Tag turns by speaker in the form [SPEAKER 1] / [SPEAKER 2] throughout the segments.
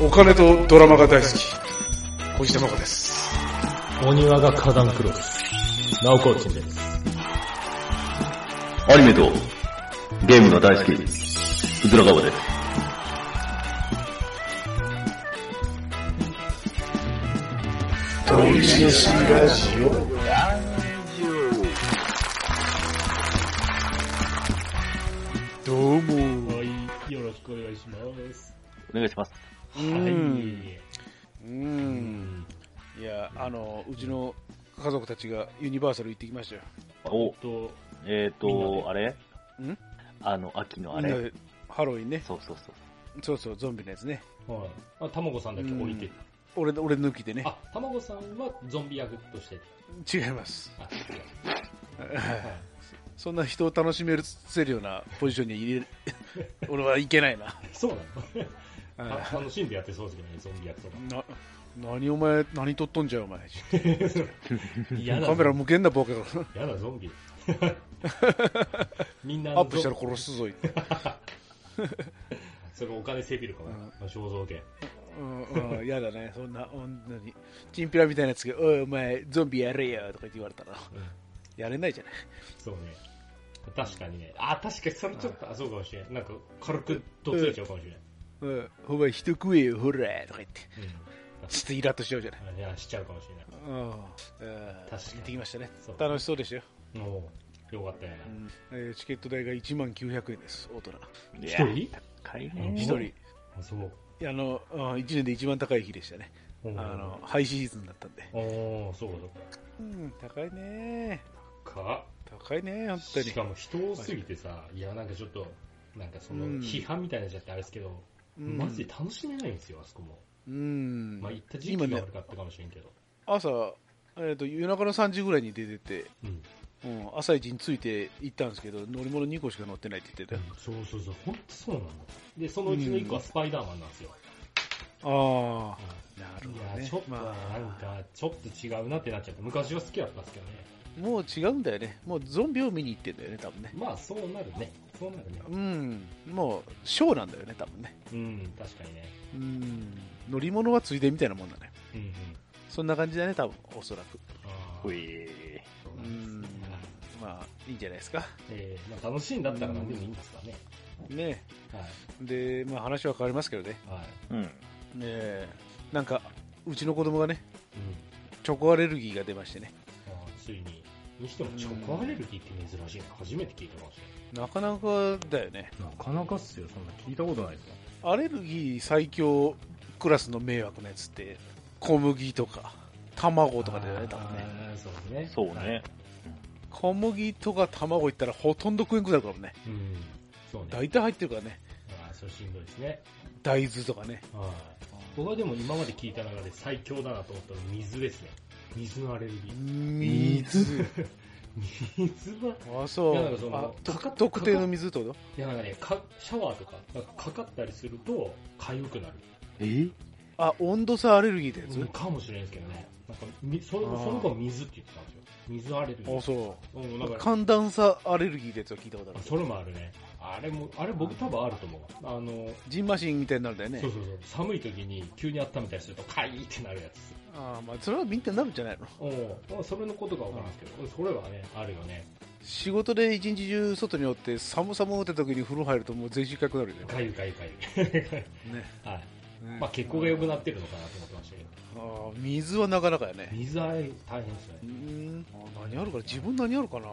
[SPEAKER 1] お金とドラマが大好き。小石真子です。
[SPEAKER 2] お庭が花壇黒です。ナオコーチンです。
[SPEAKER 3] アニメとゲームが大好き、うずらがわです。
[SPEAKER 1] どうも。
[SPEAKER 2] はい、よろしくお願いします。
[SPEAKER 3] お願いします。
[SPEAKER 1] う
[SPEAKER 2] はい、
[SPEAKER 1] ん。うん。いや、あの、うちの家族たちがユニバーサル行ってきましたよ。
[SPEAKER 3] お、
[SPEAKER 2] と、
[SPEAKER 3] えー
[SPEAKER 2] みんな
[SPEAKER 3] と、あれ
[SPEAKER 1] ん
[SPEAKER 3] あの、秋のあ
[SPEAKER 1] みんな
[SPEAKER 3] れ
[SPEAKER 1] でハロウィンね。
[SPEAKER 3] そうそうそう。
[SPEAKER 1] そうそう、ゾンビのやつね。
[SPEAKER 2] はい。あ、たまごさんだけ置いてる。
[SPEAKER 1] 俺、俺抜きでね。
[SPEAKER 2] あ、たまごさんはゾンビ役として。
[SPEAKER 1] 違います。
[SPEAKER 2] あ、違う。はい
[SPEAKER 1] そんな人を楽しめるせるようなポジションには入れ、 俺はいけないな。
[SPEAKER 2] そうなの
[SPEAKER 1] あ
[SPEAKER 2] た楽しんでやってそうですけどね、ゾンビ役とか。
[SPEAKER 1] な、何お前、何撮っとんじゃお前。
[SPEAKER 2] 嫌だ
[SPEAKER 1] カメラ向けんなボケが。
[SPEAKER 2] 嫌だ、ゾ ンビ。みんな
[SPEAKER 1] アップしたら
[SPEAKER 2] ゾン
[SPEAKER 1] 殺すぞ言って。
[SPEAKER 2] それお金せびるかもな、まあ、肖像権。
[SPEAKER 1] うん、うん、 やだね。そんな、ほんなに。チンピラみたいなやつが、おい、お前、ゾンビやれよとか言って言われたら、
[SPEAKER 2] うん
[SPEAKER 1] やれないじゃない。
[SPEAKER 2] そうね。確かにね。あ、確かにそれちょっと、あ、そうかもしれない。なんか、軽くどついちゃうかもしれない。
[SPEAKER 1] うん、お前、人食えよ、ほらとか言って。
[SPEAKER 2] うん
[SPEAKER 1] ちょっとイラッとしちゃうじゃない。
[SPEAKER 2] あ。いや、しちゃうかもしれない。
[SPEAKER 1] うん。うん
[SPEAKER 2] 確かに
[SPEAKER 1] 行ってきましたね
[SPEAKER 2] そう。
[SPEAKER 1] 楽しそうでしたよ。
[SPEAKER 2] もう、よかったよね。
[SPEAKER 1] うんえーチケット代が1万900円です、大人。
[SPEAKER 3] 一
[SPEAKER 2] 一人
[SPEAKER 3] 高い
[SPEAKER 2] うん
[SPEAKER 3] ね。
[SPEAKER 1] 一
[SPEAKER 2] う
[SPEAKER 1] 人。
[SPEAKER 2] あそう。
[SPEAKER 1] いやあの、うん1年で一番高い日でしたね。
[SPEAKER 2] おー
[SPEAKER 1] あの、ハイシーズンだったんで。
[SPEAKER 2] おーそうかそ
[SPEAKER 1] うん、高いね
[SPEAKER 2] うか。か、
[SPEAKER 1] 高いね本当に
[SPEAKER 2] し。かも人多すぎてさ、いや、なんかちょっと、なんかその、
[SPEAKER 1] うん
[SPEAKER 2] 批判みたいになっちゃってあれですけど、
[SPEAKER 1] うん
[SPEAKER 2] マジで楽しめないんですよ、あそこも。
[SPEAKER 1] うん
[SPEAKER 2] まあ、行った時期
[SPEAKER 1] 今
[SPEAKER 2] が
[SPEAKER 1] ね
[SPEAKER 2] 悪かったかもしれんけど。
[SPEAKER 1] 朝、えーと、夜中の3時ぐらいに出てて、
[SPEAKER 2] うん。
[SPEAKER 1] うん、朝一に着いて行ったんですけど、乗り物2個しか乗ってないって言ってたよ。
[SPEAKER 2] そうそうそう、ほんとそうなんだ。で、そのうちの一個はスパイダーマンなんですよ。
[SPEAKER 1] ああ、ないる
[SPEAKER 2] うんや
[SPEAKER 1] ほどね。
[SPEAKER 2] ちょっとね、なん
[SPEAKER 1] まあ、
[SPEAKER 2] か、ちょっと違うなってなっちゃって、昔は好きだったんですけどね。
[SPEAKER 1] もう違うんだよね。もうゾンビを見に行ってんだよね、多分ね。
[SPEAKER 2] まあ、そうなるね。そうなるね。
[SPEAKER 1] うん、もう、ショーなんだよね、多分ね。
[SPEAKER 2] うん、確かにね。
[SPEAKER 1] うん、乗り物はついでみたいなもんだね。
[SPEAKER 2] うんうん。
[SPEAKER 1] そんな感じだね、多分、おそらく。
[SPEAKER 2] あ
[SPEAKER 3] う
[SPEAKER 2] ー
[SPEAKER 3] い
[SPEAKER 2] そう
[SPEAKER 1] う
[SPEAKER 2] なん
[SPEAKER 1] ん
[SPEAKER 2] ですね。
[SPEAKER 1] まあ、いいんじゃないですか。
[SPEAKER 2] えーまあ、楽しいんだったら何でもいいんですかね。
[SPEAKER 1] ね
[SPEAKER 2] はい。
[SPEAKER 1] で、まあ話は変わりますけどね。
[SPEAKER 2] はい。
[SPEAKER 3] うん。
[SPEAKER 1] ねえなんか、うちの子供がね、
[SPEAKER 2] うん。
[SPEAKER 1] チョコアレルギーが出ましてね。
[SPEAKER 2] あーついに。にしても、チョコアレルギーって珍しいの初めて聞いたかもし
[SPEAKER 1] なかなかだよね。
[SPEAKER 2] れない。なかなかっすよ。そんな聞いたことないですよ。
[SPEAKER 1] アレルギー最強クラスの迷惑なやつって、小麦とか、卵とかだよね、多分ね。
[SPEAKER 2] あーそうね。
[SPEAKER 3] そうね。
[SPEAKER 1] 小麦とか卵いったらほとんど食えんくなるからね。
[SPEAKER 2] うん。そうね。
[SPEAKER 1] 大体入ってるからね。
[SPEAKER 2] ああ、それしんどいですね。
[SPEAKER 1] 大豆とかね。
[SPEAKER 2] はい。僕はでも今まで聞いた中で最強だなと思ったのは水ですね。水のアレルギー。
[SPEAKER 1] 水。
[SPEAKER 2] 水は
[SPEAKER 1] あ、そ。
[SPEAKER 2] いやなんかそうの
[SPEAKER 1] あ、
[SPEAKER 2] か
[SPEAKER 1] 特
[SPEAKER 2] かっ
[SPEAKER 1] 特定の水ってこと
[SPEAKER 2] いやなんかね、かシャワーとか、なんかかかったりすると、痒くなる。
[SPEAKER 3] え
[SPEAKER 1] あ、温度差アレルギーってやつ、
[SPEAKER 2] かもしれないですけどね。なんか、みその
[SPEAKER 1] あー
[SPEAKER 2] その子は水って言ってたんですよ。水アレルギ
[SPEAKER 1] あ、
[SPEAKER 2] ー。
[SPEAKER 1] そう。
[SPEAKER 2] うん、なんか、
[SPEAKER 1] 寒暖差アレルギーってやつを聞いたことある
[SPEAKER 2] あそれもあるね。あれも、あれ僕多分あると思うわ。あの、
[SPEAKER 1] ジンマシンみたいになるんだよね
[SPEAKER 2] そうそうそう。寒い時に急に温めたりすると、かいってなるやつ。
[SPEAKER 1] ああまあそれはみんななるんじゃないの
[SPEAKER 2] うん。それのことがわかるんですけど、うんそれはね、あるよね。
[SPEAKER 1] 仕事で一日中外におって寒さも打った時に風呂入るともう全身痛くなるよね
[SPEAKER 2] かゆかゆかゆ。
[SPEAKER 1] ね
[SPEAKER 2] はい。
[SPEAKER 1] ね
[SPEAKER 2] まあ、血行が良くなってるのかなと思ってましたけど、
[SPEAKER 1] あー水はなかなかやね
[SPEAKER 2] 水は大変ですね
[SPEAKER 1] う。んあー何あるかな自分何あるかな、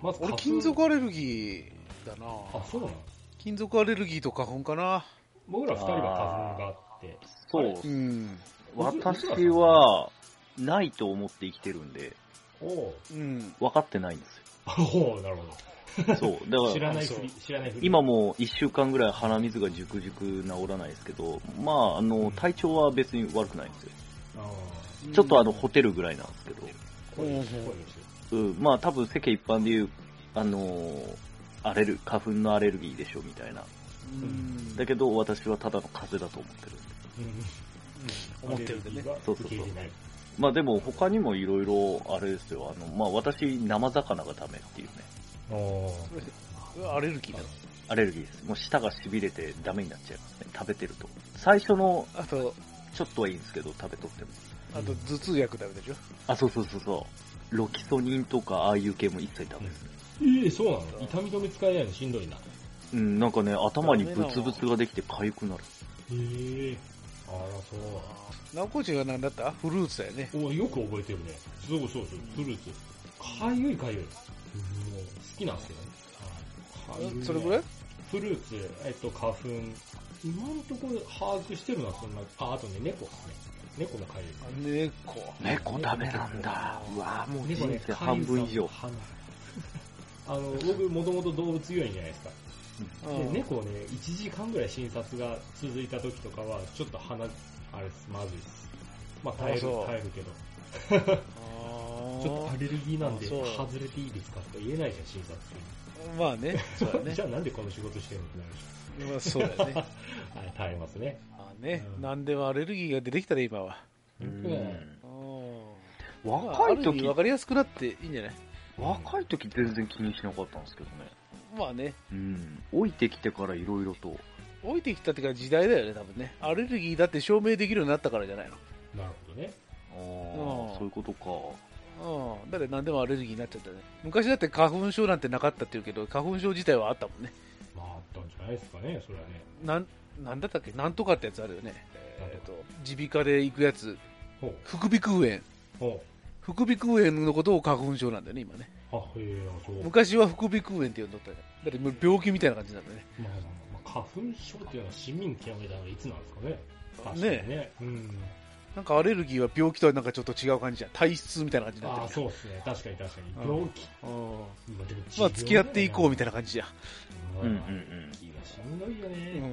[SPEAKER 2] まず花
[SPEAKER 1] 俺
[SPEAKER 2] 粉
[SPEAKER 1] 金属アレルギーだな
[SPEAKER 2] あ、そうなの
[SPEAKER 1] 金属アレルギーと花粉かな
[SPEAKER 2] 僕ら二人は花粉があって、
[SPEAKER 3] そう。
[SPEAKER 1] うん
[SPEAKER 3] 私は、ないと思って生きてるんで、
[SPEAKER 2] おおう
[SPEAKER 1] うん
[SPEAKER 3] 分かってないんです
[SPEAKER 2] あ おうなるほ
[SPEAKER 3] よ。そう。だ
[SPEAKER 2] ど。
[SPEAKER 3] か
[SPEAKER 2] 知
[SPEAKER 3] ら、
[SPEAKER 2] らないふ
[SPEAKER 1] そう
[SPEAKER 2] り、知らないふり。
[SPEAKER 3] 今もう一週間ぐらい鼻水がじゅくじゅく治らないですけど、まあ、あの、体調は別に悪くないんですよ。
[SPEAKER 2] ああ、
[SPEAKER 3] ちょっとあの、ホテルぐらいなんですけど。
[SPEAKER 2] 声
[SPEAKER 1] うん
[SPEAKER 2] 声ですよ。
[SPEAKER 3] うん、まあ多分世間一般で言う、あのーアレル、花粉のアレルギーでしょみたいな。
[SPEAKER 1] うん
[SPEAKER 3] だけど私はただの風邪だと思ってるんで。
[SPEAKER 1] うん思ってるんでね
[SPEAKER 3] そうそうそうまあでも他にもいろいろ、あれですよ、あの、まあ私生魚がダメっていうね。
[SPEAKER 2] おお。
[SPEAKER 1] アレルギーだろ
[SPEAKER 3] アレルギーです。もう舌が痺れてダメになっちゃいますね。食べてると。最初の
[SPEAKER 1] あと、
[SPEAKER 3] ちょっとはいいんですけど、食べとっても。
[SPEAKER 1] あと頭痛薬ダメでしょ。
[SPEAKER 3] あ、そうそうそうそう。ロキソニンとかああいう系も一切ダメですね。
[SPEAKER 2] ええ、そうなの痛み止め使えないのしんどいな。へ
[SPEAKER 3] うん、なんかね、頭にブツブツができて痒くなる。
[SPEAKER 2] え。あら、そうなの
[SPEAKER 1] ナオコーチが何だったフルーツだよね。
[SPEAKER 2] およく覚えてるね。そうそうそう、フルーツ。かゆいかゆい。もう好きなんですよね。かゆいね
[SPEAKER 1] それぐらい
[SPEAKER 2] フルーツ、えっと、花粉。今のところ把握してるのはそんな、あ、あとね、猫ですね。猫もかゆいか
[SPEAKER 1] 猫。
[SPEAKER 3] 猫ダメなんだ。うわぁ、もう
[SPEAKER 2] 猫
[SPEAKER 3] 人
[SPEAKER 2] ね
[SPEAKER 3] 生半分以上。
[SPEAKER 2] かゆいさ半分あの、僕、もともと動物病院じゃないですか。
[SPEAKER 1] う
[SPEAKER 2] で
[SPEAKER 1] ん
[SPEAKER 2] 猫をね、1時間ぐらい診察が続いた時とかは、ちょっと鼻、あれです、まずいです。まあ、耐え
[SPEAKER 1] あ
[SPEAKER 2] る
[SPEAKER 1] そう、
[SPEAKER 2] 耐えるけど。
[SPEAKER 1] あ
[SPEAKER 2] ちょっとア
[SPEAKER 1] ー
[SPEAKER 2] レルギーなんで、
[SPEAKER 1] あそう
[SPEAKER 2] 外れていいですかとか言えないじゃん、診察
[SPEAKER 1] まあね、そうだ
[SPEAKER 2] 中 に。
[SPEAKER 1] ね
[SPEAKER 2] じ。ゃあなんでこの仕事してるのってなる
[SPEAKER 1] まあそうだね。
[SPEAKER 2] し。はい、耐えますね。
[SPEAKER 1] まあね
[SPEAKER 2] う、ん
[SPEAKER 1] 何でもアレルギーが出てきたら今は。
[SPEAKER 3] う
[SPEAKER 2] うん
[SPEAKER 3] ん
[SPEAKER 1] うん
[SPEAKER 3] 若い
[SPEAKER 1] まあある意味
[SPEAKER 3] 時
[SPEAKER 1] 分、かりやすくなっていいんじゃない
[SPEAKER 3] 若い時全然気にしなかったんですけどね。
[SPEAKER 1] まあね、
[SPEAKER 3] うん。老いてきてから色々と。
[SPEAKER 1] 置いてきたっていうか時代だよね、多分ね。アレルギーだって証明できるようになったからじゃない
[SPEAKER 2] なるほどね。
[SPEAKER 3] あー
[SPEAKER 1] うん
[SPEAKER 3] そういうことか。
[SPEAKER 1] の。うん。だって何でもアレルギーになっちゃったね。昔だって花粉症なんてなかったって言うけど、花粉症自体はあったもんね。
[SPEAKER 2] まあ、あったんじゃないですかね、それはね。
[SPEAKER 1] なん、なんだったっけなんとかってやつあるよね。
[SPEAKER 2] なん
[SPEAKER 1] え
[SPEAKER 2] と
[SPEAKER 1] っ
[SPEAKER 2] か
[SPEAKER 1] と、耳鼻科で行くやつ、
[SPEAKER 2] ほう、
[SPEAKER 1] 副鼻腔炎。
[SPEAKER 2] ほ
[SPEAKER 1] 副鼻腔炎のことを花粉症なんだよね、今ね。
[SPEAKER 2] う。あ、へえ、あそう。ま
[SPEAKER 1] 昔は副鼻腔炎って呼んどったよ。だってもう病気みたいな感じなんだね。
[SPEAKER 2] あまあまあ、花粉症っていうのは市民極めたのはいつなんですかね。確かに
[SPEAKER 1] ね
[SPEAKER 2] ね。うん。
[SPEAKER 1] なんかアレルギーは病気とはなんかちょっと違う感じじゃん。体質みたいな感じになって
[SPEAKER 2] あ
[SPEAKER 1] る
[SPEAKER 2] あ、そうですね。確かに確かに。
[SPEAKER 1] うん
[SPEAKER 2] 病気。
[SPEAKER 1] うん
[SPEAKER 2] まあ、でも
[SPEAKER 1] まあ付き合っていこうみた
[SPEAKER 2] たい
[SPEAKER 1] いな感じじゃん。
[SPEAKER 2] な。
[SPEAKER 3] うんうんう
[SPEAKER 2] まあ気
[SPEAKER 3] ん。
[SPEAKER 2] がしんどいよ
[SPEAKER 1] うん。
[SPEAKER 2] ね。いや、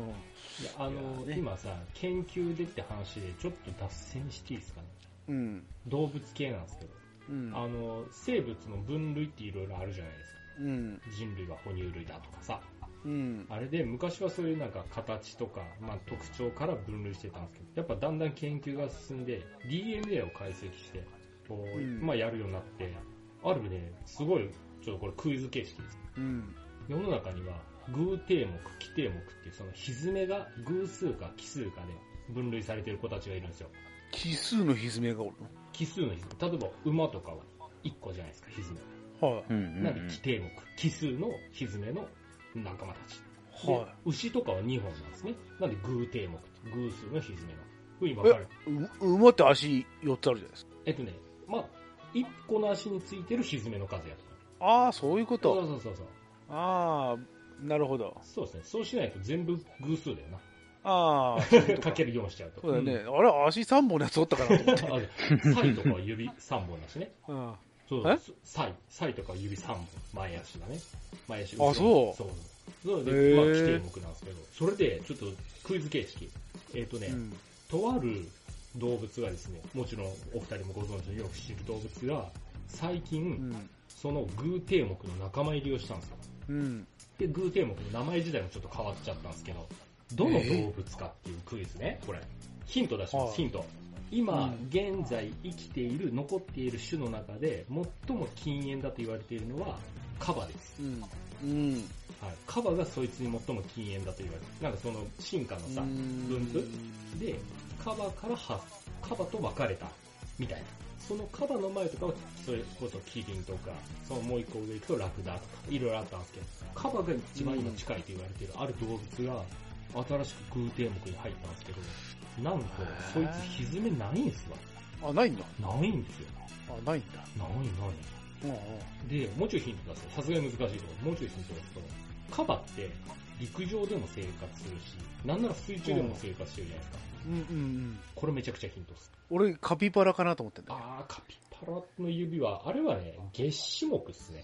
[SPEAKER 2] あの、
[SPEAKER 1] いやね
[SPEAKER 2] 今さ、研究でって話で、ちょっと脱線していいですかね。
[SPEAKER 1] うん。
[SPEAKER 2] 動物系なんですけど、
[SPEAKER 1] うん。
[SPEAKER 2] あの、生物の分類っていろいろあるじゃないですか。
[SPEAKER 1] うん。
[SPEAKER 2] 人類は哺乳類だとかさ。
[SPEAKER 1] うん。
[SPEAKER 2] あれで、昔はそういうなんか形とか、まあ特徴から分類してたんですけど、やっぱだんだん研究が進んで、DNA を解析して、こう、
[SPEAKER 1] うん
[SPEAKER 2] まあやるようになって、あるね、すごい、ちょっとこれクイズ形式です。
[SPEAKER 1] うん。
[SPEAKER 2] 世の中には偶定目、奇定目っていうその蹄が偶数か奇数かで分類されている子たちがいるんですよ。
[SPEAKER 1] 奇数の蹄がおる
[SPEAKER 2] 奇数の蹄。例えば馬とかは1個じゃないですか、蹄。
[SPEAKER 1] のはい。
[SPEAKER 3] うんうんう
[SPEAKER 2] なんで
[SPEAKER 3] ん
[SPEAKER 2] 奇定目、奇数の蹄の仲間たち。で
[SPEAKER 1] は
[SPEAKER 2] 牛とかは2本なんですね。なんで偶定目と偶数の蹄の。ふうに分かる。
[SPEAKER 1] い。う馬って足4つあるじゃないですか。
[SPEAKER 2] えっとね、まあ、1個の足についてる蹄の数やとか。
[SPEAKER 1] ああ、そういうこ
[SPEAKER 2] そう
[SPEAKER 1] と。
[SPEAKER 2] そうそうそう。
[SPEAKER 1] ああ、なるほど。
[SPEAKER 2] そうですね。そうしないと全部偶数だよな。
[SPEAKER 1] ああ、
[SPEAKER 2] か ける4しちゃうと。
[SPEAKER 1] そうだね。あれ、足3本のやつおったかなと思って。
[SPEAKER 2] あるサイとかは指3本だしね。
[SPEAKER 1] うん。
[SPEAKER 2] そう
[SPEAKER 1] え
[SPEAKER 2] サイ、サイとかは指3本。前足だね。前足。
[SPEAKER 1] あそう
[SPEAKER 2] そう。そうで、
[SPEAKER 1] へー
[SPEAKER 2] まあ、規定目なんですけど。それで、ちょっとクイズ形式。えっ、とね、
[SPEAKER 1] うん。
[SPEAKER 2] とある動物がですね、もちろんお二人もご存知のよく知る動物が、最近、
[SPEAKER 1] うん。
[SPEAKER 2] その偶定目の仲間入りをしたんですよ。
[SPEAKER 1] うん。
[SPEAKER 2] で、偶定目の名前自体もちょっと変わっちゃったんですけど、どの動物かっていうクイズね、これ。ヒント出しま
[SPEAKER 1] はい
[SPEAKER 2] す、ヒント。今、
[SPEAKER 1] うん
[SPEAKER 2] 現在生きている、残っている種の中で、最も禁煙だと言われているのは、カバです。
[SPEAKER 1] うん。うん。
[SPEAKER 2] はい。カバがそいつに最も禁煙だと言われてる。なんかその進化のさ、分布で、カバからは、カバと別れた、みたいな。そのカバの前とかは、それこそキリンとか、そのもう一個上行くとラクダとか、いろいろあったんですけど、カバが一番今近いと言われているある動物が、新しく偶定目に入ったんですけど、なんと、そいつ蹄ないんですわ。
[SPEAKER 1] あ、ないんだ。
[SPEAKER 2] ないんですよ。
[SPEAKER 1] あ、ないんだ。
[SPEAKER 2] ないない。
[SPEAKER 1] うんうん。
[SPEAKER 2] で、もうちょいヒント出すと、さすがに難しいと思う。もうちょいヒント出すと、カバって陸上でも生活するし、なんなら水中でも生活してるじゃないですか。
[SPEAKER 1] うんうんうん。
[SPEAKER 2] これめちゃくちゃヒントです。
[SPEAKER 1] 俺、カピバラかなと思ってんだよ。
[SPEAKER 2] あー、カピバラの指は、あれはね、月種目っすね。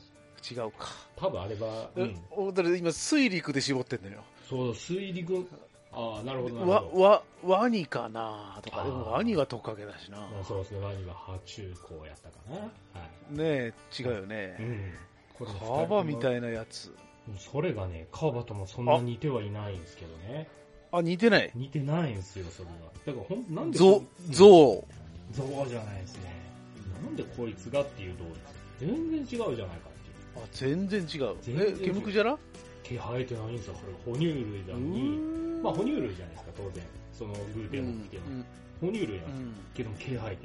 [SPEAKER 1] 違うか。
[SPEAKER 2] 多分あれは、う
[SPEAKER 1] え
[SPEAKER 2] ん。
[SPEAKER 1] おだから今、水陸で絞ってんのよ。
[SPEAKER 2] そう、水陸、あー、なるほど、なる
[SPEAKER 1] わ
[SPEAKER 2] ほ、ど。
[SPEAKER 1] わ、ワニかなとか、
[SPEAKER 2] あー
[SPEAKER 1] でもワニはトカゲだしな。
[SPEAKER 2] うんそうですね、ワニは爬虫校やったかな。は
[SPEAKER 1] ねえ、違うよ
[SPEAKER 2] い。う
[SPEAKER 1] ね。
[SPEAKER 2] ん。これ二人とも
[SPEAKER 1] カバみたいなやつ。
[SPEAKER 2] それがね、カバともそんな似てはいないんですけどね。
[SPEAKER 1] あ、似てない。
[SPEAKER 2] 似てないんですよ、それは。だからほん、なんで
[SPEAKER 1] ゾ
[SPEAKER 2] こ、う、
[SPEAKER 1] ゾ
[SPEAKER 2] ゾウじゃないですね。なんでこいつがっていう動物。全然違うじゃないかっていう。
[SPEAKER 1] ウ。あ、全然違う。
[SPEAKER 2] 全然違
[SPEAKER 1] え
[SPEAKER 2] う、
[SPEAKER 1] ケムクジャラ
[SPEAKER 2] 毛生えてないんですよ、これ哺乳類なのに、まあ哺乳類じゃないですか、当然。そのグルテンも来ても。哺乳類なんですけども毛生えてない。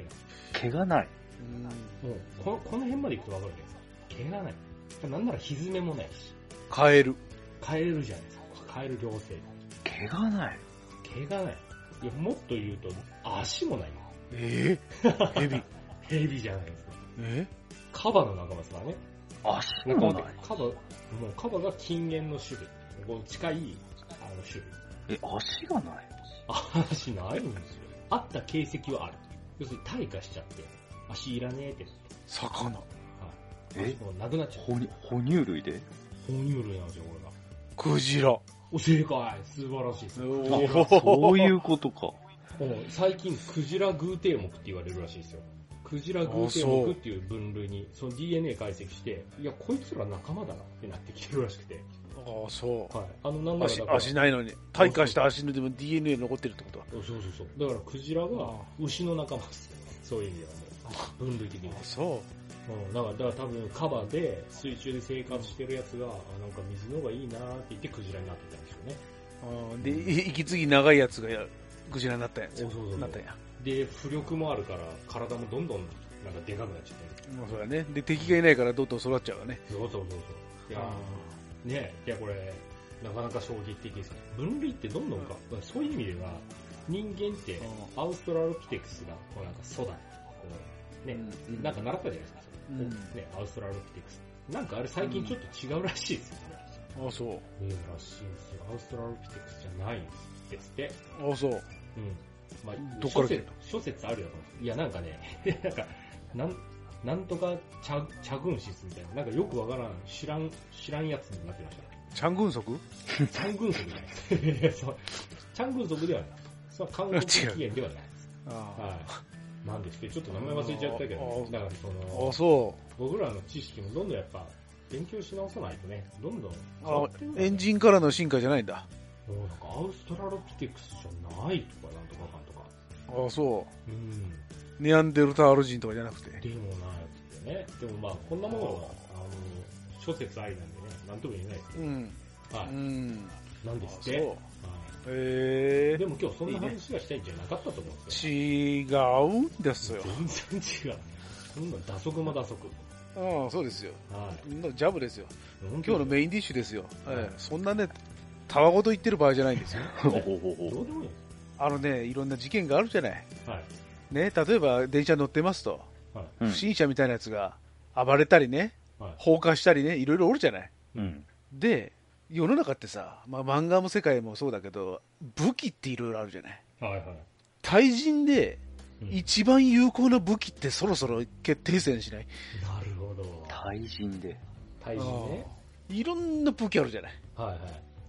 [SPEAKER 3] 毛がない。
[SPEAKER 2] もうこの、この辺まで行くとわかるじゃないですか。毛がない。なんならひずめもないし。
[SPEAKER 1] カエル。
[SPEAKER 2] カエルじゃないですか。カエル両生。
[SPEAKER 3] 毛がない。
[SPEAKER 2] 毛がない。いや、もっと言うと、足もない。
[SPEAKER 1] えー、ヘビ。
[SPEAKER 2] ヘビじゃないですか。
[SPEAKER 1] え
[SPEAKER 2] カバの仲間ですからね。
[SPEAKER 3] 足
[SPEAKER 2] なんか
[SPEAKER 3] も
[SPEAKER 2] もう
[SPEAKER 3] ない。
[SPEAKER 2] カバ、もうカバが金煙の種類。こう近い、あの種類。
[SPEAKER 3] え、足がない。
[SPEAKER 2] 足ないんですよ。あった形跡はある。要するに退化しちゃって、足いらねえって。
[SPEAKER 1] 魚。
[SPEAKER 3] え
[SPEAKER 2] もうなくなっちゃう。
[SPEAKER 3] 哺乳哺乳類 で
[SPEAKER 2] 哺乳類なんですよ、これが。
[SPEAKER 1] クジラ。
[SPEAKER 2] お、正解素晴らしいです。
[SPEAKER 1] お
[SPEAKER 3] そういうこと か。
[SPEAKER 2] もう最近、クジラ偶蹄目って言われるらしいですよ。クジラ偶蹄目っていう分類に、その DNA 解析して、いや、こいつら仲間だなってなってきてるらしくて。
[SPEAKER 1] ああ、そ
[SPEAKER 2] はい。あの、なん
[SPEAKER 1] う。
[SPEAKER 2] なら
[SPEAKER 1] 足
[SPEAKER 2] だ、から
[SPEAKER 1] 足ないのに。退化した足のでも DNA 残ってるってことだ。
[SPEAKER 2] そうそうそう。だから、クジラが牛の仲間ですよ。そういう意味ではもう、分類的に
[SPEAKER 1] あ。そ
[SPEAKER 2] うん、だから、だから多分カバで水中で生活してるやつが、あなんか水の方がいいなーって言ってクジラになってたんでしょうね。
[SPEAKER 1] う。うんで、い息継ぎ長いやつがやクジラになったんやつ。
[SPEAKER 2] そうそうそう
[SPEAKER 1] なったんや。
[SPEAKER 2] で、浮力もあるから、体もどんどんなんかでかくなっちゃって
[SPEAKER 1] もうそうだね。で、敵がいないからどんどん育っちゃうわね。
[SPEAKER 2] そうそうそうそう。いやーねいやこれ、なかなか衝撃的ですね。分類ってどんどんか、そういう意味では、人間ってアウストラロピテクスが、こうなんか粗大。こうね、
[SPEAKER 1] うん
[SPEAKER 2] なんか習ったじゃないですか。
[SPEAKER 1] う
[SPEAKER 2] それ
[SPEAKER 1] ん
[SPEAKER 2] ね、アウストラロピテクス。なんかあれ最近ちょっと違うらしいですよね。
[SPEAKER 1] ああ、そう。
[SPEAKER 2] えーらしいんですよ。アウストラロピテクスじゃないんですですって。
[SPEAKER 1] ああ、そう。
[SPEAKER 2] うん。まあ、
[SPEAKER 1] どっから来
[SPEAKER 2] 諸説諸説あるよ。いや、なんかね、 なんか、なん、なんとかチャ、チャグンシスみたいな、なんかよくわからん、知らん、知らんやつになってましたね。
[SPEAKER 1] チャングンソク
[SPEAKER 2] チャングン族じゃない ですそう。チャングン族ではない。それは韓国起源ではないです。
[SPEAKER 1] あ
[SPEAKER 2] はい。なんですけど、ちょっと名前忘れちゃったけど、
[SPEAKER 1] あー
[SPEAKER 2] だからそ
[SPEAKER 1] あ
[SPEAKER 2] の
[SPEAKER 1] あ、、そ
[SPEAKER 2] 僕らの知識もどんどんやっぱ、勉強し直さないとね、どんどん
[SPEAKER 1] う。
[SPEAKER 2] 変わ
[SPEAKER 1] あ
[SPEAKER 2] ってるんだね。
[SPEAKER 1] エンジンからの進化じゃないんだ。
[SPEAKER 2] もうなんかアウストラロピテクスじゃないとか、なんとかかんとか。
[SPEAKER 1] ああ、そう。
[SPEAKER 2] うん。
[SPEAKER 1] ネアンデルタール人とかじゃなくて。
[SPEAKER 2] でもなやつってね。でもまあ、こんなものは、あの、諸説ありなんでね、なんとも言えないですけ
[SPEAKER 1] うん。
[SPEAKER 2] ど。は
[SPEAKER 1] う
[SPEAKER 2] い。
[SPEAKER 1] ん。
[SPEAKER 2] なん
[SPEAKER 1] あ
[SPEAKER 2] ですっ
[SPEAKER 1] そう。
[SPEAKER 2] て。は
[SPEAKER 1] へ
[SPEAKER 2] い
[SPEAKER 1] え
[SPEAKER 2] でも今日そんな話がしたいんじゃなかったと思うんですよ。
[SPEAKER 1] 違うんですよ。
[SPEAKER 2] 全然違う。そんな打足も打足。
[SPEAKER 1] ああ、そうですよ。
[SPEAKER 2] はい。
[SPEAKER 1] そんなジャブですよ。
[SPEAKER 2] 今
[SPEAKER 1] 今日の
[SPEAKER 2] イ
[SPEAKER 1] メインディッシュですよ。
[SPEAKER 2] はい
[SPEAKER 1] ええそんなね、たわごと言ってる場合じゃないんですよ。
[SPEAKER 3] ほほほ
[SPEAKER 2] ど
[SPEAKER 3] ほ
[SPEAKER 2] うでもいいで
[SPEAKER 1] あのね、いろんな事件があるじゃない。
[SPEAKER 2] す。はい。
[SPEAKER 1] ね、例えば電車乗ってますと、
[SPEAKER 2] はい。
[SPEAKER 3] うん
[SPEAKER 1] 不審者みたいなやつが暴れたりね、
[SPEAKER 2] はい。
[SPEAKER 1] 放火したりね、いろいろおるじゃない。
[SPEAKER 3] うん。
[SPEAKER 1] で、世の中ってさ、まあ、漫画も世界もそうだけど、武器っていろいろあるじゃない。
[SPEAKER 2] はい。はい。
[SPEAKER 1] 対人で
[SPEAKER 2] うん
[SPEAKER 1] 一番有効な武器ってそろそろ決定戦しない
[SPEAKER 2] なるほど。
[SPEAKER 3] 対人で。
[SPEAKER 2] 対人ね。
[SPEAKER 1] いろんな武器あるじゃない
[SPEAKER 2] はいはい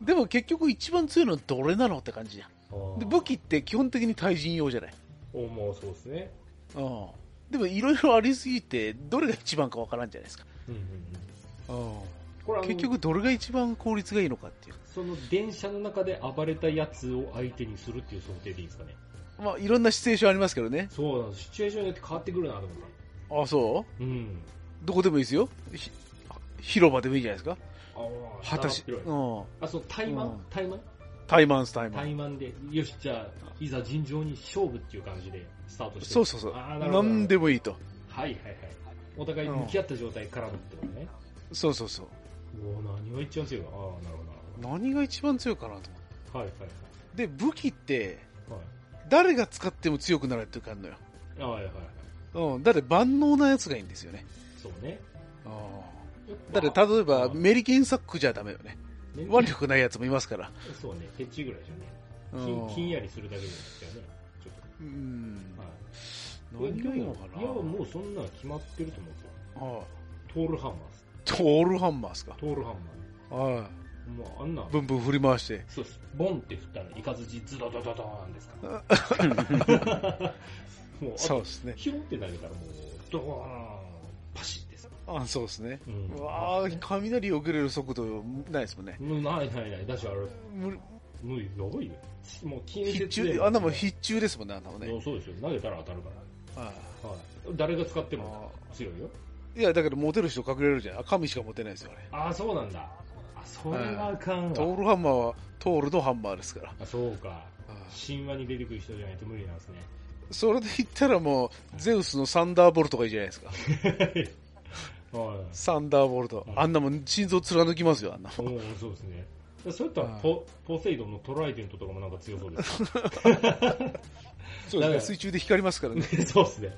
[SPEAKER 1] でも結局一番強いのはどれなのって感じじゃん
[SPEAKER 2] あー。
[SPEAKER 1] で武器って基本的に対人用じゃない
[SPEAKER 2] おもうそうですね。
[SPEAKER 1] うんでもいろいろありすぎてどれが一番かわからんじゃないですか
[SPEAKER 2] うんうんうん。
[SPEAKER 1] うん
[SPEAKER 2] これあの
[SPEAKER 1] 結局どれが一番効率がいいのかっていう
[SPEAKER 2] その電車の中で暴れたやつを相手にするっていう想定でいいですかね。
[SPEAKER 1] まあいろんなシチュエーションありますけどね
[SPEAKER 2] そうなんです。シチュエーションによって変わってくるなと思って。
[SPEAKER 1] ああそう
[SPEAKER 2] うん。
[SPEAKER 1] どこでもいいですよひ広場でもいいじゃないですか
[SPEAKER 2] あ
[SPEAKER 1] 果たし、
[SPEAKER 2] 広い
[SPEAKER 1] うん、
[SPEAKER 2] あ、そう、怠慢
[SPEAKER 1] うん
[SPEAKER 2] 怠慢
[SPEAKER 1] タイマンスタイマン
[SPEAKER 2] 怠慢で、よし、じゃあ、いざ尋常に勝負っていう感じでスタートして。
[SPEAKER 1] そうそうそう
[SPEAKER 2] あーなるほど
[SPEAKER 1] 何でもいいと
[SPEAKER 2] はいはいはい。お互い向き合った状態からのってことね。
[SPEAKER 1] そうそうそう
[SPEAKER 2] うお何が一番強いか。ああ、なるほどなる
[SPEAKER 1] 何が一番強いかなと
[SPEAKER 2] ほど。はいはい
[SPEAKER 1] で武器って
[SPEAKER 2] はい。
[SPEAKER 1] 誰が使っても強くなるっていうかあるのよ、
[SPEAKER 2] あーはいはいはい。
[SPEAKER 1] うん、だって万能なやつがいいんですよね、
[SPEAKER 2] そうね。
[SPEAKER 1] うん、
[SPEAKER 2] やっぱ
[SPEAKER 1] だって例えば
[SPEAKER 2] うん
[SPEAKER 1] メリケンサックじゃダメよね
[SPEAKER 2] ね
[SPEAKER 1] 腕力ないやつもいますから、
[SPEAKER 2] そうね、ヘッチぐらいじゃね。
[SPEAKER 1] う
[SPEAKER 2] ひ
[SPEAKER 1] ん
[SPEAKER 2] んひんやりするだけですよね。ちょっ
[SPEAKER 1] うん
[SPEAKER 2] と。はい。
[SPEAKER 1] 何がいいのか
[SPEAKER 2] い
[SPEAKER 1] な
[SPEAKER 2] や、もうそんなの決まってると思うんですよ。
[SPEAKER 1] ああ
[SPEAKER 2] トールハンマーです。
[SPEAKER 1] トールハンマーっすか
[SPEAKER 2] トールハン
[SPEAKER 1] あ
[SPEAKER 2] マー。もうあんな
[SPEAKER 1] あ、ブンブン振り回して
[SPEAKER 2] そうです。ボンって振ったら、イカズチズドドドドーンですから。 もう、あ
[SPEAKER 1] そう
[SPEAKER 2] と、
[SPEAKER 1] ですね
[SPEAKER 2] ヒュンって投げたらもう、ドーン、パシッです。
[SPEAKER 1] あそうですね
[SPEAKER 2] うん
[SPEAKER 1] うわあ雷を受けれる速度ないですもんね
[SPEAKER 2] もうないないない。だし、あれ、も
[SPEAKER 1] 無理
[SPEAKER 2] う、やばいよ。もう、近
[SPEAKER 1] 必
[SPEAKER 2] 接
[SPEAKER 1] 中あんなもん必中ですもんねあんなもんね
[SPEAKER 2] そうですよ。投げたら当たるか
[SPEAKER 1] あ
[SPEAKER 2] ら。はい。誰が使って
[SPEAKER 1] あ
[SPEAKER 2] も強いよ。
[SPEAKER 1] いやだけどモテる人隠れるじゃんあ神しかモテないですよあれ
[SPEAKER 2] ああ、そうなんだ。ああそれはあかん
[SPEAKER 1] ト
[SPEAKER 2] わ
[SPEAKER 1] ールハンマーはトールのハンマーですから。
[SPEAKER 2] あそうか
[SPEAKER 1] あー
[SPEAKER 2] 神話に出てくる人じゃないと無理なんですね
[SPEAKER 1] それで言ったらもう、ゼウスのサンダーボルトがいいじゃないですか。
[SPEAKER 2] は
[SPEAKER 1] サンダーボルト
[SPEAKER 2] う。ん
[SPEAKER 1] あんなもん心臓貫きますよ、あんなも
[SPEAKER 2] い
[SPEAKER 1] ん。
[SPEAKER 2] もうそうですねそれと
[SPEAKER 1] は
[SPEAKER 2] はいポポセイドンのトライデントとかもなんか強そうです
[SPEAKER 1] そうです
[SPEAKER 2] だか
[SPEAKER 1] ね。
[SPEAKER 2] ら
[SPEAKER 1] 水中で光りますからね。
[SPEAKER 2] そうですね。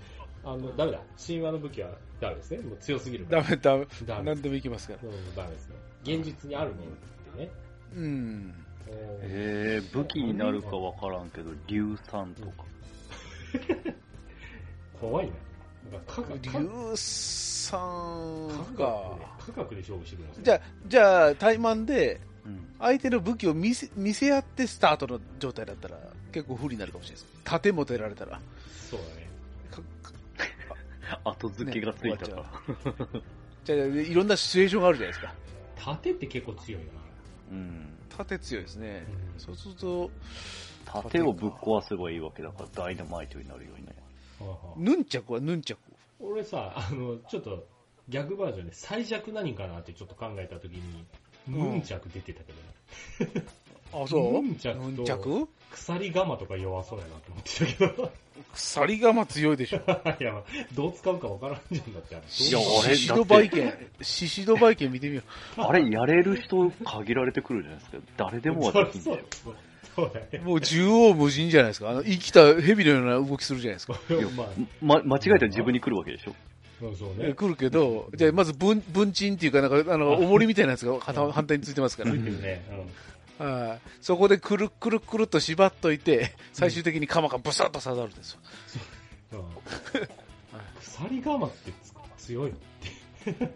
[SPEAKER 2] あの、ダメだ。神話の武器はダメですね。もう強すぎるから。
[SPEAKER 1] ダメ、ダメ。
[SPEAKER 2] ダメ。
[SPEAKER 1] 何でもいきますから。
[SPEAKER 2] うんダメですね。現実にあるものってね。
[SPEAKER 1] うん。
[SPEAKER 2] え
[SPEAKER 3] えー、武器になるかわからんけど、硫酸とか。
[SPEAKER 2] ー怖いな。なんか科学、科
[SPEAKER 1] 硫酸
[SPEAKER 2] 学
[SPEAKER 1] か。
[SPEAKER 2] 科学で勝負してください。
[SPEAKER 1] じゃあ、じゃあ、対マンで、
[SPEAKER 3] うん。
[SPEAKER 1] 相手の武器を見せ見せ合ってスタートの状態だったら、結構不利になるかもしれないです。盾も出られたら。
[SPEAKER 2] そうだね。
[SPEAKER 1] かか
[SPEAKER 3] 後付けがついたから。
[SPEAKER 1] ねじゃあ、いろんなシチュエーションがあるじゃないですか。
[SPEAKER 2] 盾って結構強いな。
[SPEAKER 3] うん。
[SPEAKER 1] 盾強いですね。
[SPEAKER 2] うん
[SPEAKER 1] そうすると、
[SPEAKER 3] 盾をぶっ壊せばいいわけだから、ダイナマイトになるようにね。
[SPEAKER 2] はあはあ
[SPEAKER 1] ヌンチャクはヌンチャク。
[SPEAKER 2] 俺さ、あの、ちょっと、逆バージョンで最弱何かなってちょっと考えたときに、ヌンチャク出てたけどね、
[SPEAKER 1] あ、そう
[SPEAKER 2] ヌンチャクと
[SPEAKER 1] ヌンチャク
[SPEAKER 2] 鎖鎌とか弱そうやなと思ってたけど。
[SPEAKER 1] 鎖鎌強いでしょ。
[SPEAKER 2] いや、どう使うかわからんじゃんだって。あれ
[SPEAKER 3] いや俺
[SPEAKER 1] シシドバイケン、シシドバイケン見てみよ
[SPEAKER 3] あれ、やれる人限られてくるじゃないですか。誰でもはできんだよ。
[SPEAKER 2] そうそうだ
[SPEAKER 1] う。
[SPEAKER 2] ね。
[SPEAKER 1] もう縦横無尽じゃないですか。あの、生きた蛇のような動きするじゃないですか。
[SPEAKER 2] これをまあ、
[SPEAKER 3] ま、間違えたら自分に来るわけでしょ。
[SPEAKER 2] そうそう
[SPEAKER 1] え
[SPEAKER 2] ね。
[SPEAKER 1] 来るけど、じゃあまず分、分賃っていうか、なんか、あ の、重りみたいなやつが反反対についてますから。
[SPEAKER 2] いいよね。
[SPEAKER 1] はいそこでくるくるくるっと縛っといて、最終的に鎌がブサッと刺さるんですよ。
[SPEAKER 2] うんうん。鎖鎌って強いの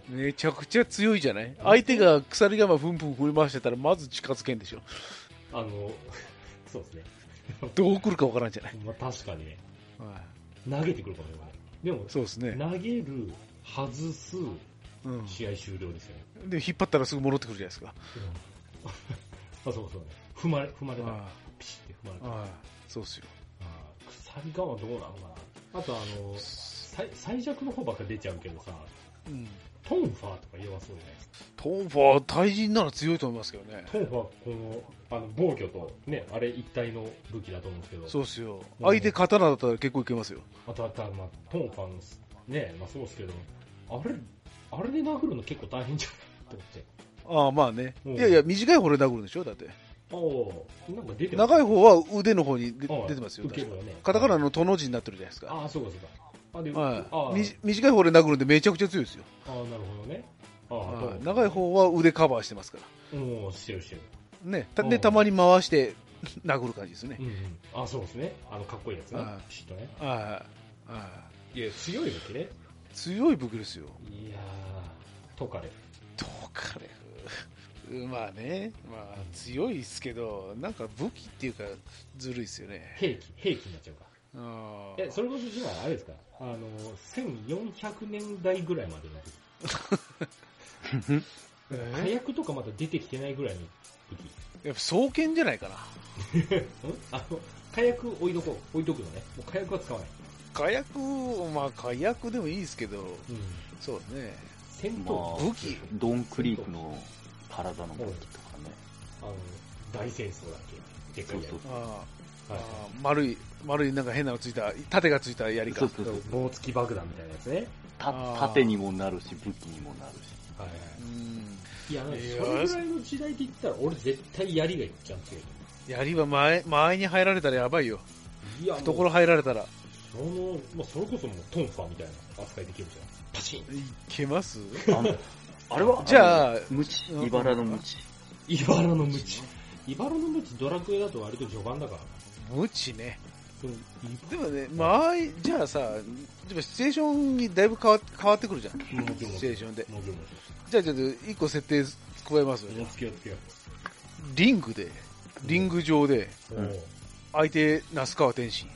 [SPEAKER 1] めちゃくちゃ強いじゃない相手が鎖鎌ふんふん振り回してたら、まず近づけんでしょ。
[SPEAKER 2] あの、そうですね。
[SPEAKER 1] どう来るかわからんじゃない、
[SPEAKER 2] まあ確かにね、
[SPEAKER 1] は
[SPEAKER 2] 投げてくるかもね。でも
[SPEAKER 1] い、そうですね。
[SPEAKER 2] 投げる、外す、
[SPEAKER 1] うん。
[SPEAKER 2] 試合終了ですよね。
[SPEAKER 1] で、引っ張ったらすぐ戻ってくるじゃないですか。
[SPEAKER 2] うん あ、そうそうね。踏まれ、踏まれた。
[SPEAKER 1] あ
[SPEAKER 2] ピシって踏まれ
[SPEAKER 1] あ
[SPEAKER 2] た。
[SPEAKER 1] ああそうっすよ。
[SPEAKER 2] あー鎖がはどうなのかなあとあの最最弱の方ばっか出ちゃうけどさ
[SPEAKER 1] うん。
[SPEAKER 2] トンファーとか弱そうじゃないですか
[SPEAKER 1] トンファー、対人なら強いと思いますけどね。
[SPEAKER 2] トンファーこのあの防御とねあれ一体の武器だと思うんですけど
[SPEAKER 1] そうっすよ。相手刀だったら結構いけますよ。
[SPEAKER 2] あとあとは、まあ、トンファーのねまあそうですけどあれあれで殴るの結構大変じゃないと思って
[SPEAKER 1] ああ、まあね。
[SPEAKER 2] うん
[SPEAKER 1] いやいや、短い方で殴るでしょだって。
[SPEAKER 2] ああなんか出て
[SPEAKER 1] 長い
[SPEAKER 2] は
[SPEAKER 1] 方は腕の方にで
[SPEAKER 2] い
[SPEAKER 1] 出てますよ。
[SPEAKER 2] 受け
[SPEAKER 1] 確
[SPEAKER 2] る
[SPEAKER 1] か
[SPEAKER 2] よね
[SPEAKER 1] カタカナのとの字になってるじゃないですか。
[SPEAKER 2] ああそうかそうかあで
[SPEAKER 1] は
[SPEAKER 2] ああ
[SPEAKER 1] い。みじ短い方で殴るんでめちゃくちゃ強いですよ。
[SPEAKER 2] ああなるほどねああ
[SPEAKER 1] はい
[SPEAKER 2] どう
[SPEAKER 1] 長い方は腕カバーしてますから。
[SPEAKER 2] うんしてるしてる
[SPEAKER 1] ね。た
[SPEAKER 2] う
[SPEAKER 1] で、
[SPEAKER 2] ん
[SPEAKER 1] たまに回して殴る感じですね
[SPEAKER 2] う。んうん、あそうですねあのかっこいいやつね
[SPEAKER 1] はい
[SPEAKER 2] ピシッとね
[SPEAKER 1] はい。はい
[SPEAKER 2] いや強い武器ね
[SPEAKER 1] 強い武器ですよ。
[SPEAKER 2] いやートカレ
[SPEAKER 1] どうかね。うんまあね、まあ強いですけど、なんか武器っていうか、ずるいですよね。
[SPEAKER 2] 兵器兵器になっちゃうか
[SPEAKER 1] あー
[SPEAKER 2] えそれこそ今あれですかあの1400年代ぐらいまでになって
[SPEAKER 1] え
[SPEAKER 2] る火薬とかまだ出てきてないぐらいの武器
[SPEAKER 1] やっぱ双剣じゃないかな。
[SPEAKER 2] うんあの火薬置いとこう置いとくのねもう火薬は使わない、
[SPEAKER 1] 火薬、まあ火薬でもいいですけど、
[SPEAKER 2] うん、
[SPEAKER 1] そうね。
[SPEAKER 2] 戦闘機、
[SPEAKER 3] まあ
[SPEAKER 1] 武器
[SPEAKER 3] ドンクリークの体の武器とかね。
[SPEAKER 2] あの大戦争だっけでっかいやつ
[SPEAKER 3] そうそ
[SPEAKER 1] あー
[SPEAKER 2] はい
[SPEAKER 1] あー丸い、丸いなんか変なのついた、盾がついた槍
[SPEAKER 3] そ
[SPEAKER 1] か
[SPEAKER 3] う。そうそう。
[SPEAKER 2] 棒付き爆弾みたいなやつね
[SPEAKER 3] た
[SPEAKER 1] あー
[SPEAKER 3] 盾にもなるし、武器にもなるし。
[SPEAKER 2] はいは
[SPEAKER 1] うん
[SPEAKER 2] いいやなんか
[SPEAKER 1] いや
[SPEAKER 2] それぐらいの時代で言ったら俺絶対槍がいっちゃうんですよ
[SPEAKER 1] 槍は前、前に入られたらやばいよ。
[SPEAKER 2] いやもう
[SPEAKER 1] 懐入られたら。い
[SPEAKER 2] その、まあ、それこそもうトンファーみたいな扱いできるじゃん。パチン
[SPEAKER 1] けます
[SPEAKER 3] あの、あれは
[SPEAKER 1] じゃあ
[SPEAKER 3] の無知。茨の無知。
[SPEAKER 2] イバラのムチ。イバラのムチ、ドラクエだと割と序盤だからな。
[SPEAKER 1] 無知ね。
[SPEAKER 2] そのい
[SPEAKER 1] でもね、前、じゃあさ、でもシチュエーションにだいぶ変わ変わってくるじゃん。シ
[SPEAKER 2] もうでも
[SPEAKER 1] チュエーションで。
[SPEAKER 2] もうでも
[SPEAKER 1] じゃあちょっと一個設定加えますよ
[SPEAKER 2] もうつけようつけよ
[SPEAKER 1] リングで、リング上で、
[SPEAKER 2] う。
[SPEAKER 3] うん
[SPEAKER 2] おう
[SPEAKER 1] 相手、那須川天心。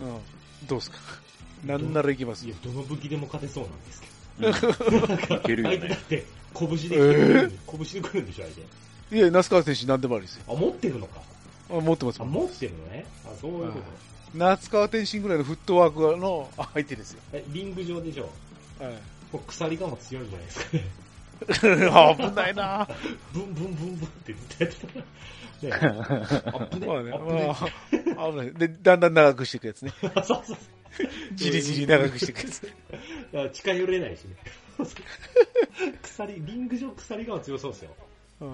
[SPEAKER 2] うん。
[SPEAKER 1] うん。どうすかなんならいきます
[SPEAKER 2] いや、どの武器でも勝てそうなんですけ
[SPEAKER 3] うんいける
[SPEAKER 2] ど。
[SPEAKER 3] よ
[SPEAKER 2] 相手だ
[SPEAKER 3] ね
[SPEAKER 2] っ。て、拳で来
[SPEAKER 1] え
[SPEAKER 2] る、拳で来るんでしょ、相手。
[SPEAKER 1] いや、那須川天心何でもありですよ。
[SPEAKER 2] あ、持ってるのか。
[SPEAKER 1] あ持ってます
[SPEAKER 2] あ、
[SPEAKER 1] もん。
[SPEAKER 2] 持ってるのね。あ、そういうこと。
[SPEAKER 1] 那須川天心ぐらいのフットワークのあ相手ですよ。
[SPEAKER 2] え、リング上でしょ。
[SPEAKER 1] はい。
[SPEAKER 2] これ鎖がも強いんじゃないですかね。
[SPEAKER 1] 危ないな。
[SPEAKER 2] ブンブンブンブンってずっとやってたら、ね、アップね、
[SPEAKER 1] ま
[SPEAKER 2] ア
[SPEAKER 1] あね、
[SPEAKER 2] ップね。
[SPEAKER 1] まあ危ない。で、だんだん長くしていくやつね。
[SPEAKER 2] そうそうそう。
[SPEAKER 1] じりじり長くしていくやつ。
[SPEAKER 2] だから近寄れないしね。 鎖、リング上鎖が強そうですよ。
[SPEAKER 1] あー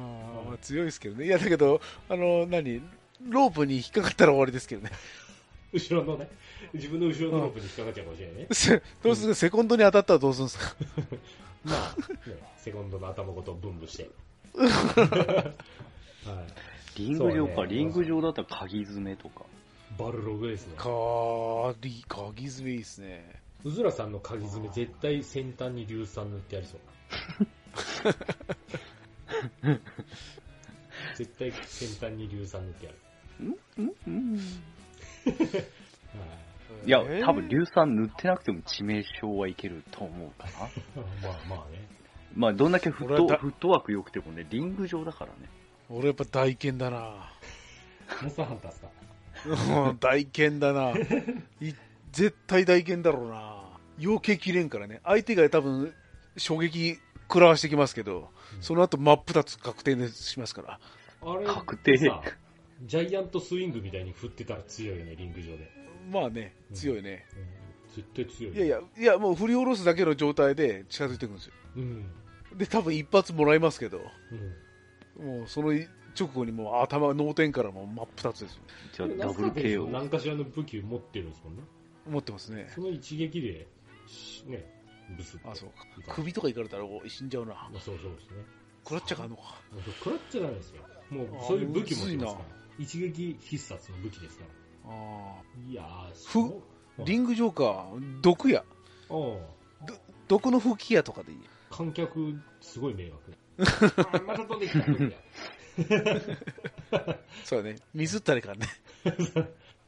[SPEAKER 1] まあ強いですけどね。いや、だけど、あの、何ロープに引っかかったら終わりですけどね。
[SPEAKER 2] 後ろのね、自分の後ろのロープに引っかかっちゃうかもしれない ね。
[SPEAKER 1] せどうするセコンドに当たったらどうするんですか
[SPEAKER 2] まあ、ねセコンドの頭ごとブンブン して。はい。
[SPEAKER 3] リング上
[SPEAKER 2] そ
[SPEAKER 3] か、
[SPEAKER 2] うね
[SPEAKER 3] リング上だったら鍵詰めとか。
[SPEAKER 2] バルログですね。
[SPEAKER 1] かーり、鍵爪いいですね。
[SPEAKER 2] うずらさんの鍵爪絶対先端に硫酸塗ってやり そう。絶対先端に硫酸塗ってやる。
[SPEAKER 3] ん ん
[SPEAKER 2] はい
[SPEAKER 3] いや、
[SPEAKER 1] えー
[SPEAKER 3] 多分硫酸塗ってなくても致命傷はいけると思うかな。
[SPEAKER 2] まあまあね。
[SPEAKER 3] まあ、どんだけフッ
[SPEAKER 1] 俺は
[SPEAKER 3] ト、
[SPEAKER 1] だ
[SPEAKER 3] フットワーク良くてもね、リング上だからね。
[SPEAKER 1] 俺やっぱ大剣だな。
[SPEAKER 2] モンスターハンターですか
[SPEAKER 1] うん大剣だな。い絶対大剣だろうな。余計切れんからね。相手が多分、衝撃食らわしてきますけど、
[SPEAKER 2] うん
[SPEAKER 1] その後真っ二つ確定しますから。
[SPEAKER 2] あれ
[SPEAKER 3] 確定
[SPEAKER 2] さジャイアントスイングみたいに振ってたら強いよね、リング上で。
[SPEAKER 1] まあね、強いね。
[SPEAKER 2] うん絶対強い。
[SPEAKER 1] いやい。や、いや、もう振り下ろすだけの状態で近づいてくるんですよ。
[SPEAKER 2] うん。
[SPEAKER 1] で、多分一発もらいますけど、
[SPEAKER 2] うん。
[SPEAKER 1] もうその直後にもう頭、脳天からもう真っ二つですよ。
[SPEAKER 3] じゃあ、ダブル
[SPEAKER 2] 何
[SPEAKER 3] KO。
[SPEAKER 2] かしらの武器持ってるんですもんね。
[SPEAKER 1] 持ってますね。
[SPEAKER 2] その一撃で、しね、ブスって。
[SPEAKER 1] あ、そう
[SPEAKER 2] い
[SPEAKER 1] か。
[SPEAKER 2] か
[SPEAKER 1] 首とかいかれたらお死んじゃうな。
[SPEAKER 2] まあそうそうですね。
[SPEAKER 1] 食らっちゃうかあんのか。
[SPEAKER 2] もう食らっちゃダメですよ。もう
[SPEAKER 1] あー
[SPEAKER 2] そういう武器持っ
[SPEAKER 1] むず
[SPEAKER 2] てま
[SPEAKER 1] い
[SPEAKER 2] す
[SPEAKER 1] な
[SPEAKER 2] から。一撃必殺の武器ですから。
[SPEAKER 1] あ
[SPEAKER 2] いやー、
[SPEAKER 1] ふ
[SPEAKER 2] そう
[SPEAKER 1] あ。リングジョーカー、毒や。
[SPEAKER 2] うん
[SPEAKER 1] 毒の吹き矢とかでいい。
[SPEAKER 2] 観客、すごい迷 惑。あーまた飛んできた。飛んでき
[SPEAKER 1] そうだね。ミスったりからね。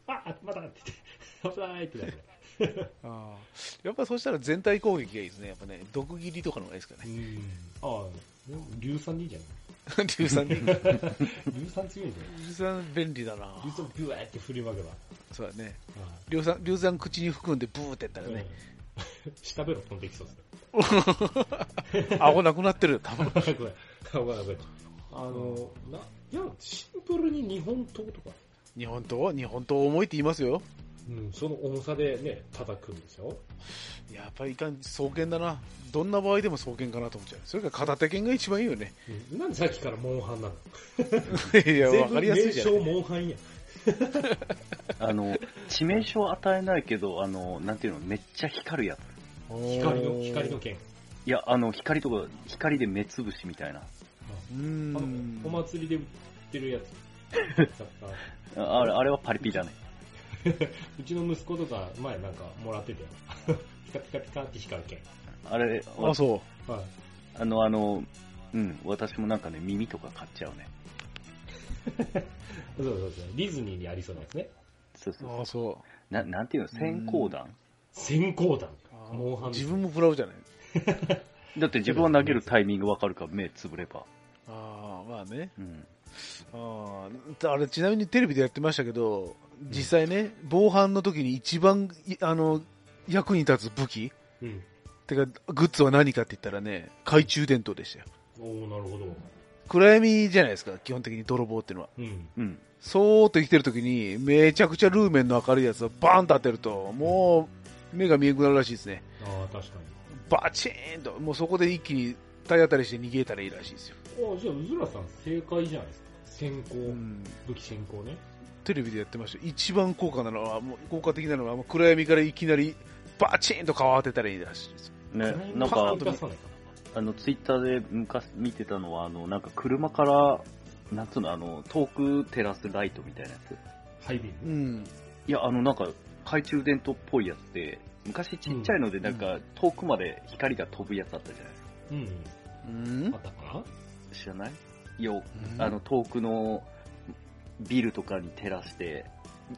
[SPEAKER 2] たあー、またって言って。危ないってなる。
[SPEAKER 1] あーやっぱそうしたら全体攻撃がいいですね。やっぱね、毒斬りとかの方がいいですか
[SPEAKER 2] う
[SPEAKER 1] ね。
[SPEAKER 2] ん。ああ、硫酸でいいじゃん。
[SPEAKER 1] 硫酸 ね。
[SPEAKER 2] 硫酸強いんだよ。
[SPEAKER 1] 硫酸便利だな。
[SPEAKER 2] 硫酸ビューって振りまけば。
[SPEAKER 1] そうだね。
[SPEAKER 2] あ
[SPEAKER 1] 硫酸、硫酸口に含んでブーってやった
[SPEAKER 2] あ
[SPEAKER 1] らね、
[SPEAKER 2] うん下ベロ飛んできそうですね。
[SPEAKER 1] 顎なくなってるよ、多分。
[SPEAKER 2] ご めんごめんごめんごめんあの、な、いや、シンプルに日本刀とか、
[SPEAKER 1] 日本刀日本刀重いって言いますよ。
[SPEAKER 2] うん、その重さでね、叩くんですよ。
[SPEAKER 1] やっぱりいかん、双剣だな。どんな場合でも双剣かなと思っちゃう。それから片手剣が一番いいよね。
[SPEAKER 2] うんなんでさっきからモンハンなの
[SPEAKER 1] いや、わかりやすいじゃん。
[SPEAKER 2] 全部名称モンハンや。
[SPEAKER 3] あの、致命傷与えないけど、あの、なんていうの、めっちゃ光るやつ。
[SPEAKER 2] 光の、光の剣。
[SPEAKER 3] いや、あの、光とか、光で目つぶしみたいな。
[SPEAKER 1] う
[SPEAKER 2] あ
[SPEAKER 1] ー
[SPEAKER 2] の
[SPEAKER 1] ん。
[SPEAKER 2] お祭りで売ってるやつ。 あ
[SPEAKER 3] ああれ、あれはパリピだね。
[SPEAKER 2] うちの息子とか前なんかもらってたよ。 ピカピカピカって光る剣。
[SPEAKER 3] あれ、
[SPEAKER 1] あ、そう。
[SPEAKER 2] はい。
[SPEAKER 3] あの、あの、うん、私もなんかね、耳とか買っちゃうね。
[SPEAKER 2] そうそうそう。ディズニーにありそうなんですね。
[SPEAKER 3] そうそう。
[SPEAKER 1] あ、そう。
[SPEAKER 3] ななんていうの、閃光弾
[SPEAKER 2] 閃光弾。
[SPEAKER 1] あ
[SPEAKER 2] モンハ
[SPEAKER 1] ー
[SPEAKER 2] ンです
[SPEAKER 1] 自分も食らうじゃない。
[SPEAKER 3] だって自分は投げるタイミングわかるから、目つぶれば。
[SPEAKER 1] ああ、まあね。
[SPEAKER 3] うん。
[SPEAKER 1] あーあれちなみにテレビでやってましたけど実際ね、防犯の時に一番いあの役に立つ武器
[SPEAKER 2] うん。
[SPEAKER 1] てかグッズは何かって言ったらね懐中電灯でしたよ
[SPEAKER 2] おおなるほど。
[SPEAKER 1] 暗闇じゃないですか基本的に泥棒っていうのは
[SPEAKER 2] うん。
[SPEAKER 3] うん。
[SPEAKER 1] そーっと生きてる時にめちゃくちゃルーメンの明るいやつをバーンと当てるともう目が見えなくなるらしいですね
[SPEAKER 2] ああ、確かに。
[SPEAKER 1] バチーンともうそこで一気に体当たりして逃げたらいいらしいですよ、
[SPEAKER 2] あじゃあ、うずらさん正解じゃないですか。先行、
[SPEAKER 1] うん、
[SPEAKER 2] 武器先行ね。
[SPEAKER 1] テレビでやってました一番効果なのはもう効果的なのはもう暗闇からいきなりバチンと顔当てたらいいらしいです
[SPEAKER 3] ね、なん
[SPEAKER 2] パー
[SPEAKER 3] か
[SPEAKER 2] ン、と出さないか
[SPEAKER 3] あの、ツイッターで昔見てたのは、あの、なんか車から、なんつうの、あの、遠く照らすライトみたいなやつ。
[SPEAKER 2] ハイビーム。
[SPEAKER 1] ん
[SPEAKER 3] いや、あの、なんか、懐中電灯っぽいやつって、昔ちっちゃいので、なんか、遠くまで光が飛ぶやつあったじゃないですか。
[SPEAKER 2] うん。
[SPEAKER 1] うん
[SPEAKER 2] あったかな
[SPEAKER 3] 知らないいや、あの、遠くのビルとかに照らして、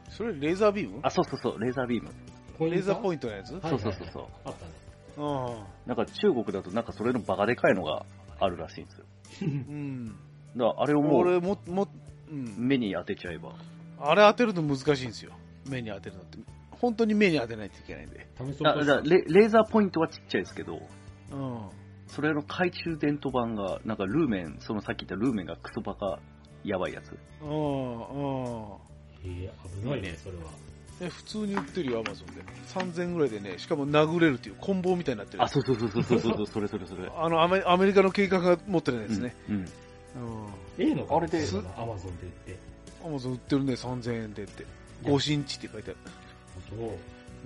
[SPEAKER 1] それレーザービーム
[SPEAKER 3] あ、そうそうそう、レーザービーム。
[SPEAKER 2] ポ
[SPEAKER 1] レーザーポ
[SPEAKER 2] イン
[SPEAKER 1] イントのやつあ
[SPEAKER 2] ト
[SPEAKER 3] そうそうそうそう。
[SPEAKER 2] あったね。
[SPEAKER 1] あ
[SPEAKER 3] なんか中国だとなんかそれのバカでかいのがあるらしいんですよ。
[SPEAKER 1] うん
[SPEAKER 3] だからあれをもう
[SPEAKER 1] 俺もも、うん、
[SPEAKER 3] 目に当てちゃえば。
[SPEAKER 1] あれ当てるの難しいんですよ目に当てるのって本当に目に当てないといけないんで
[SPEAKER 2] 試そう
[SPEAKER 3] あ
[SPEAKER 2] と
[SPEAKER 3] だからレレーザーポイントはちっちゃいですけど、
[SPEAKER 1] うん
[SPEAKER 3] それの懐中電灯版が、なんかルーメン、そのさっき言ったルーメンがクソバカ、やばいやつ。
[SPEAKER 1] うんうん
[SPEAKER 2] えー、危ないね、それは。
[SPEAKER 1] え普通に売ってるよ、アマゾンで。3000円ぐらいでね、しかも殴れるっていう、棍棒みたいになってる。
[SPEAKER 3] あ、そうそうそうそうそうそう、それそれそれ。
[SPEAKER 1] あのアメ、アメリカの計画が持ってるやつね。
[SPEAKER 3] うん。うん。
[SPEAKER 1] うん。
[SPEAKER 2] ええのか
[SPEAKER 3] あれで
[SPEAKER 2] アマゾンで言って。
[SPEAKER 1] アマゾン売ってるね、3000円でって。5センチって書いてある。
[SPEAKER 2] そ
[SPEAKER 1] う
[SPEAKER 2] う。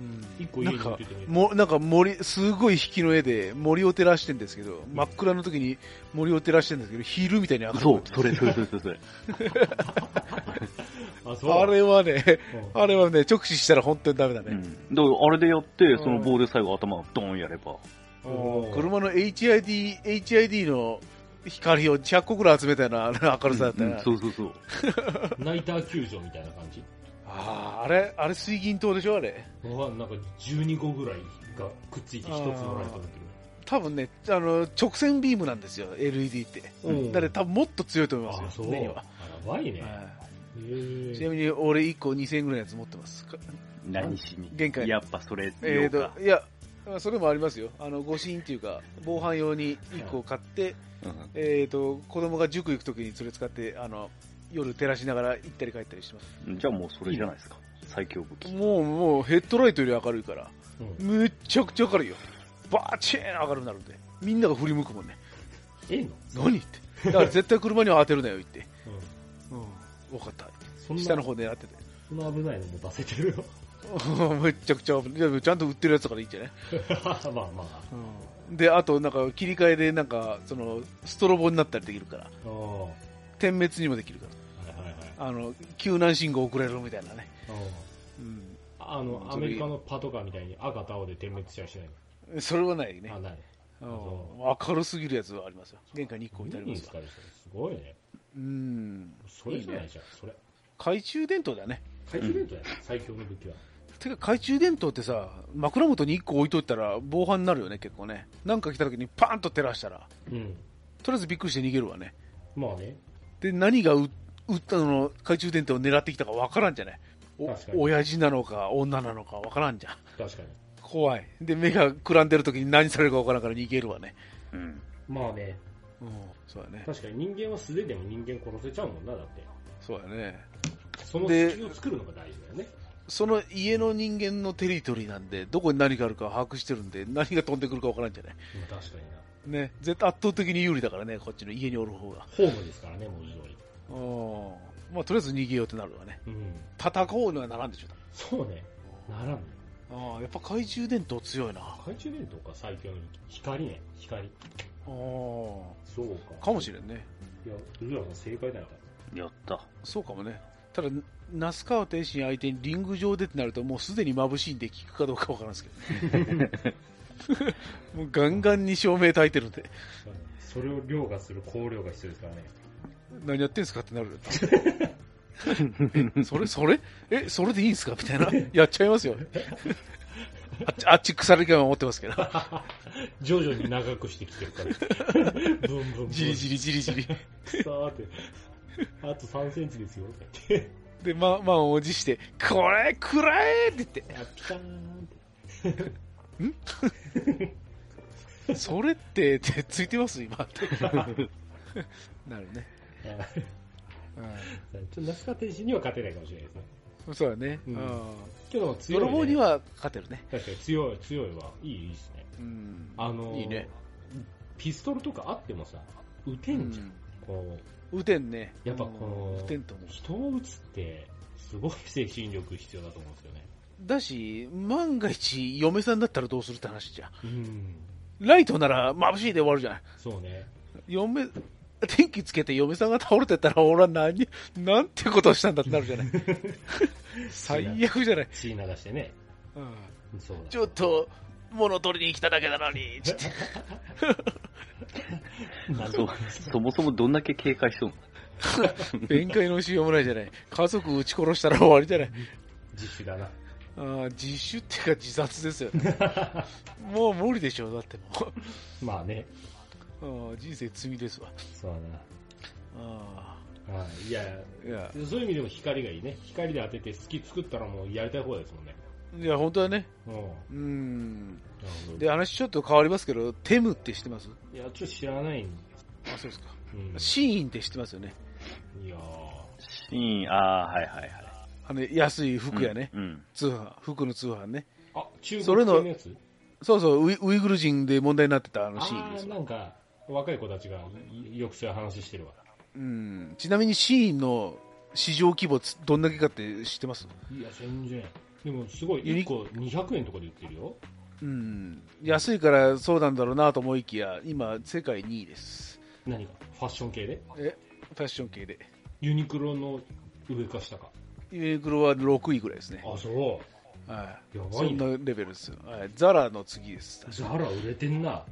[SPEAKER 1] ん
[SPEAKER 2] 一個家
[SPEAKER 1] な
[SPEAKER 2] に
[SPEAKER 1] ん
[SPEAKER 2] 持っ
[SPEAKER 1] か
[SPEAKER 2] ててもいい。
[SPEAKER 1] もなんか森、すごい引きの絵で森を照らしてんですけど、真っ暗の時に森を照らしてんですけど、ヒールみたいに明るく
[SPEAKER 3] そ
[SPEAKER 1] な
[SPEAKER 3] う
[SPEAKER 1] って、
[SPEAKER 3] それそれそれそれそれ。
[SPEAKER 2] あ、そう。
[SPEAKER 1] あれはね、
[SPEAKER 2] うん
[SPEAKER 1] あれはね、直視したら本当にダメだ
[SPEAKER 3] う
[SPEAKER 1] ね。
[SPEAKER 3] ん。だからあれでやって、その棒で最後頭をドーンやれば。
[SPEAKER 2] うん
[SPEAKER 1] 車の HID、HID の光を100個ぐらい集めたようなあの明るさだった
[SPEAKER 3] うん
[SPEAKER 1] な
[SPEAKER 3] うんそうそうそう。
[SPEAKER 2] ナイター球場みたいな感じ。
[SPEAKER 1] あーあれ、あれ水銀灯でしょあれ。
[SPEAKER 2] このなんか12号ぐらいがくっついて一つのライトになって
[SPEAKER 1] 多分ね、あの、直線ビームなんですよ、LED って。
[SPEAKER 2] くる。
[SPEAKER 1] だから多分もっと強いと思い
[SPEAKER 2] あ
[SPEAKER 1] ま、す
[SPEAKER 2] そ
[SPEAKER 1] よ、
[SPEAKER 2] う。
[SPEAKER 1] 目に
[SPEAKER 2] や
[SPEAKER 1] は。
[SPEAKER 2] ばいね。
[SPEAKER 1] はい
[SPEAKER 2] へ
[SPEAKER 1] ちな
[SPEAKER 2] ー
[SPEAKER 1] みに俺1個2000円ぐらいのやつ持ってます。か
[SPEAKER 3] 何しに。
[SPEAKER 1] 限界
[SPEAKER 3] やっぱそれ、
[SPEAKER 1] え
[SPEAKER 3] よ
[SPEAKER 1] ー、と、いや、それもありますよ。あの、護身っていうか、防犯用に1個買って、
[SPEAKER 3] うん。
[SPEAKER 1] えー、と、子供が塾行くときにそれ使って、あの、夜照らしながら行ったり帰ったりしてます。
[SPEAKER 3] じゃあもうそれじゃないですか。最強武器。
[SPEAKER 1] もう、もうヘッドライトより明るいから、
[SPEAKER 2] うん
[SPEAKER 1] めっちゃくちゃ明るいよ。バーチーン明るくなるんで。みんなが振り向くもんね。
[SPEAKER 2] ええの
[SPEAKER 1] 何って。だから絶対車には当てるなよ、言って。
[SPEAKER 2] うん
[SPEAKER 1] うん。分かった。
[SPEAKER 2] そんな
[SPEAKER 1] 下の方狙ってて。
[SPEAKER 2] そんな危ないのも出せてるよ。
[SPEAKER 1] めっちゃくちゃ危ないいや。ちゃんと売ってるやつだからいいんじゃない、
[SPEAKER 2] まあまあ。
[SPEAKER 1] で、あと、なんか、切り替えで、なんか、その、ストロボになったりできるから、
[SPEAKER 2] ああ。は
[SPEAKER 1] 点滅にもできるか
[SPEAKER 2] いはいはい。
[SPEAKER 1] ら、あの、救難信号送れるみたいなね。
[SPEAKER 2] うん
[SPEAKER 1] うん。
[SPEAKER 2] あの、アメリカのパトカーみたいに赤と青で点滅しちゃいしない
[SPEAKER 1] それはないね
[SPEAKER 2] の。あ、。ない。
[SPEAKER 1] うん
[SPEAKER 2] そ
[SPEAKER 1] 明るすぎるやつはありますよ。玄関に1個置いてあり
[SPEAKER 2] 何
[SPEAKER 1] ま
[SPEAKER 2] に
[SPEAKER 1] す
[SPEAKER 2] 使
[SPEAKER 1] よ
[SPEAKER 2] えるそれすごいね。
[SPEAKER 1] うん。
[SPEAKER 2] それじゃないじゃん。それ。
[SPEAKER 1] 懐中電灯だね。
[SPEAKER 2] 懐中電灯やな最強の武器は。
[SPEAKER 1] てか、懐中電灯ってさ、枕元に1個置いといたら、防犯になるよね、結構ね。なんか来た時にパーンと照らしたら、
[SPEAKER 2] うん。
[SPEAKER 1] とりあえずびっくりして逃げるわね。
[SPEAKER 2] まあね。
[SPEAKER 1] で、何がう撃ったの、懐中電灯を狙ってきたかわからんじゃないお
[SPEAKER 2] 確かに
[SPEAKER 1] 親父なのか女なのかわからんじゃん。
[SPEAKER 2] 確かに。
[SPEAKER 1] 怖い。で、目がくらんでる時に何されるかわからんから逃げるわね。
[SPEAKER 3] うん。
[SPEAKER 2] まあね。
[SPEAKER 1] うん、そうだね。
[SPEAKER 2] 確かに人間は素手でも人間殺せちゃうもんな、だって。
[SPEAKER 1] そうだね。
[SPEAKER 2] その
[SPEAKER 1] で
[SPEAKER 2] 隙を作るのが大事だよね。
[SPEAKER 1] その家の人間のテリトリーなんで、どこに何があるか把握してるんで、何が飛んでくるかわからんじゃない
[SPEAKER 2] まあ確かにな。
[SPEAKER 1] ね、絶対圧倒的に有利だからね、こっちの家におる方が。
[SPEAKER 2] ホームですからね、文字通り。
[SPEAKER 1] うん。まあ、とりあえず逃げようってなるわね。
[SPEAKER 2] うん。
[SPEAKER 1] 戦おうのはならんでしょ。
[SPEAKER 2] そうね。ならん。
[SPEAKER 1] ああ、やっぱ懐中電灯強いな。あ
[SPEAKER 2] 懐中電灯か、最強の武器。光ね。光。
[SPEAKER 1] あ。
[SPEAKER 2] そうか。
[SPEAKER 1] かもしれんね。
[SPEAKER 2] いや、ルーラーさん正解だよ。
[SPEAKER 3] やった。
[SPEAKER 1] そうかもね。ただ、那須川天心相手にリング上でってなると、もうすでに眩しいんで効くかどうかわからんすけ ど。もうガンガンに照明焚いてるんで、
[SPEAKER 2] それを凌駕する光量が必要ですからね。
[SPEAKER 1] 何やってんすかってな る。え、それそれえ、それでいいんすかみたいな。やっちゃいますよ。あっち、あっち腐り感は持ってますけど。
[SPEAKER 2] 徐々に長くしてきてる から。ブンブンブン。
[SPEAKER 1] じりじりじりじり。
[SPEAKER 2] さーって。あと3センチですよ。って。
[SPEAKER 1] で、ま、満を持して、これくらえって言って、
[SPEAKER 2] あ、ピカーンって。
[SPEAKER 1] それって、ってついてます今って。 なるね。
[SPEAKER 2] あちょっと那須川天心には勝てないかもしれないですね。
[SPEAKER 1] うん、そうだね。う
[SPEAKER 2] うん
[SPEAKER 1] ん。
[SPEAKER 2] けど強い、
[SPEAKER 1] 泥
[SPEAKER 2] ね。
[SPEAKER 1] 棒に。は勝てるね。
[SPEAKER 2] 確かに強い、強いわ。いい、いいですね。
[SPEAKER 1] うん。
[SPEAKER 2] あのー
[SPEAKER 1] いいね。
[SPEAKER 2] ピストルとかあってもさ、撃て
[SPEAKER 1] うん
[SPEAKER 2] じゃん。
[SPEAKER 1] ん。
[SPEAKER 2] こ
[SPEAKER 1] 打てんね。
[SPEAKER 2] やっぱこの
[SPEAKER 1] うん打てんと思
[SPEAKER 2] う、
[SPEAKER 1] う。
[SPEAKER 2] 人を撃つって、すごい精神力必要だと思うんですよね。
[SPEAKER 1] だし、万が一、嫁さんだったらどうするって話じゃん。
[SPEAKER 2] うん。
[SPEAKER 1] ライトなら眩しいで終わるじゃん。
[SPEAKER 2] そうね。
[SPEAKER 1] 嫁、電気つけて嫁さんが倒れてたら、俺は何、なんてことをしたんだってなるじ ゃない。最悪じゃない。
[SPEAKER 2] 血流してね。
[SPEAKER 1] うん
[SPEAKER 2] そうだ。
[SPEAKER 1] ちょっと、物を取りに来ただけなのに、つって。
[SPEAKER 2] なん
[SPEAKER 3] そ
[SPEAKER 2] と
[SPEAKER 3] う、そもそもどんだけ警戒しとんの
[SPEAKER 1] 弁解のしようもないじゃない。家族撃ち殺したら終わりじゃない。
[SPEAKER 2] 自主だな。
[SPEAKER 1] あー自首っていうか自殺ですよ ね。もう無理でしょう、だっても
[SPEAKER 2] まあね。
[SPEAKER 1] う。あー人生罪ですわ。
[SPEAKER 2] そう
[SPEAKER 1] あ
[SPEAKER 2] だな。はい。いや、
[SPEAKER 1] ーいや、
[SPEAKER 2] そういう意味でも光がいいね。光で当てて好き作ったらもうやりたい方ですもんね。
[SPEAKER 1] いや、本当はね。
[SPEAKER 2] うん。なる
[SPEAKER 1] うん。
[SPEAKER 2] ほど。
[SPEAKER 1] で、話ちょっと変わりますけど、テムって知ってます
[SPEAKER 2] いや、ちょっと知らないん
[SPEAKER 1] あ、そうですか。
[SPEAKER 2] うん。
[SPEAKER 1] シーンって知ってますよね。
[SPEAKER 2] いやー
[SPEAKER 3] シーン、ああ、はいはいはい。
[SPEAKER 1] あの、安い服やね。
[SPEAKER 3] うん。うん。
[SPEAKER 1] 通販、服の通販ね。
[SPEAKER 2] あ、中
[SPEAKER 1] それ
[SPEAKER 2] 国
[SPEAKER 1] の
[SPEAKER 2] 系のやつ
[SPEAKER 1] そうそう、ウイウイグル人で問題になってたあの
[SPEAKER 2] あ
[SPEAKER 1] シーンです
[SPEAKER 2] ー、なんか、若い子たちがいよくそういう話してるわ。
[SPEAKER 1] うん。ちなみにシーンの市場規模つどんだけかって知ってます
[SPEAKER 2] いや、全然。でも、すごい、
[SPEAKER 1] ユニ
[SPEAKER 2] 1個200円とかで売ってるよ。
[SPEAKER 1] うん。安いからそうなんだろうなと思いきや、今、世界2位です。
[SPEAKER 2] 何がファッション系で
[SPEAKER 1] え、ファッション系で。
[SPEAKER 2] ユニクロの上か下か。
[SPEAKER 1] ユニクロは6位ぐらいですね。
[SPEAKER 2] あ、そう。
[SPEAKER 1] はい
[SPEAKER 2] や。ば
[SPEAKER 1] そ
[SPEAKER 2] い
[SPEAKER 1] ん
[SPEAKER 2] な
[SPEAKER 1] なレベルですよ。はい。ザラの次です。
[SPEAKER 2] ザラ売れてんな。
[SPEAKER 1] は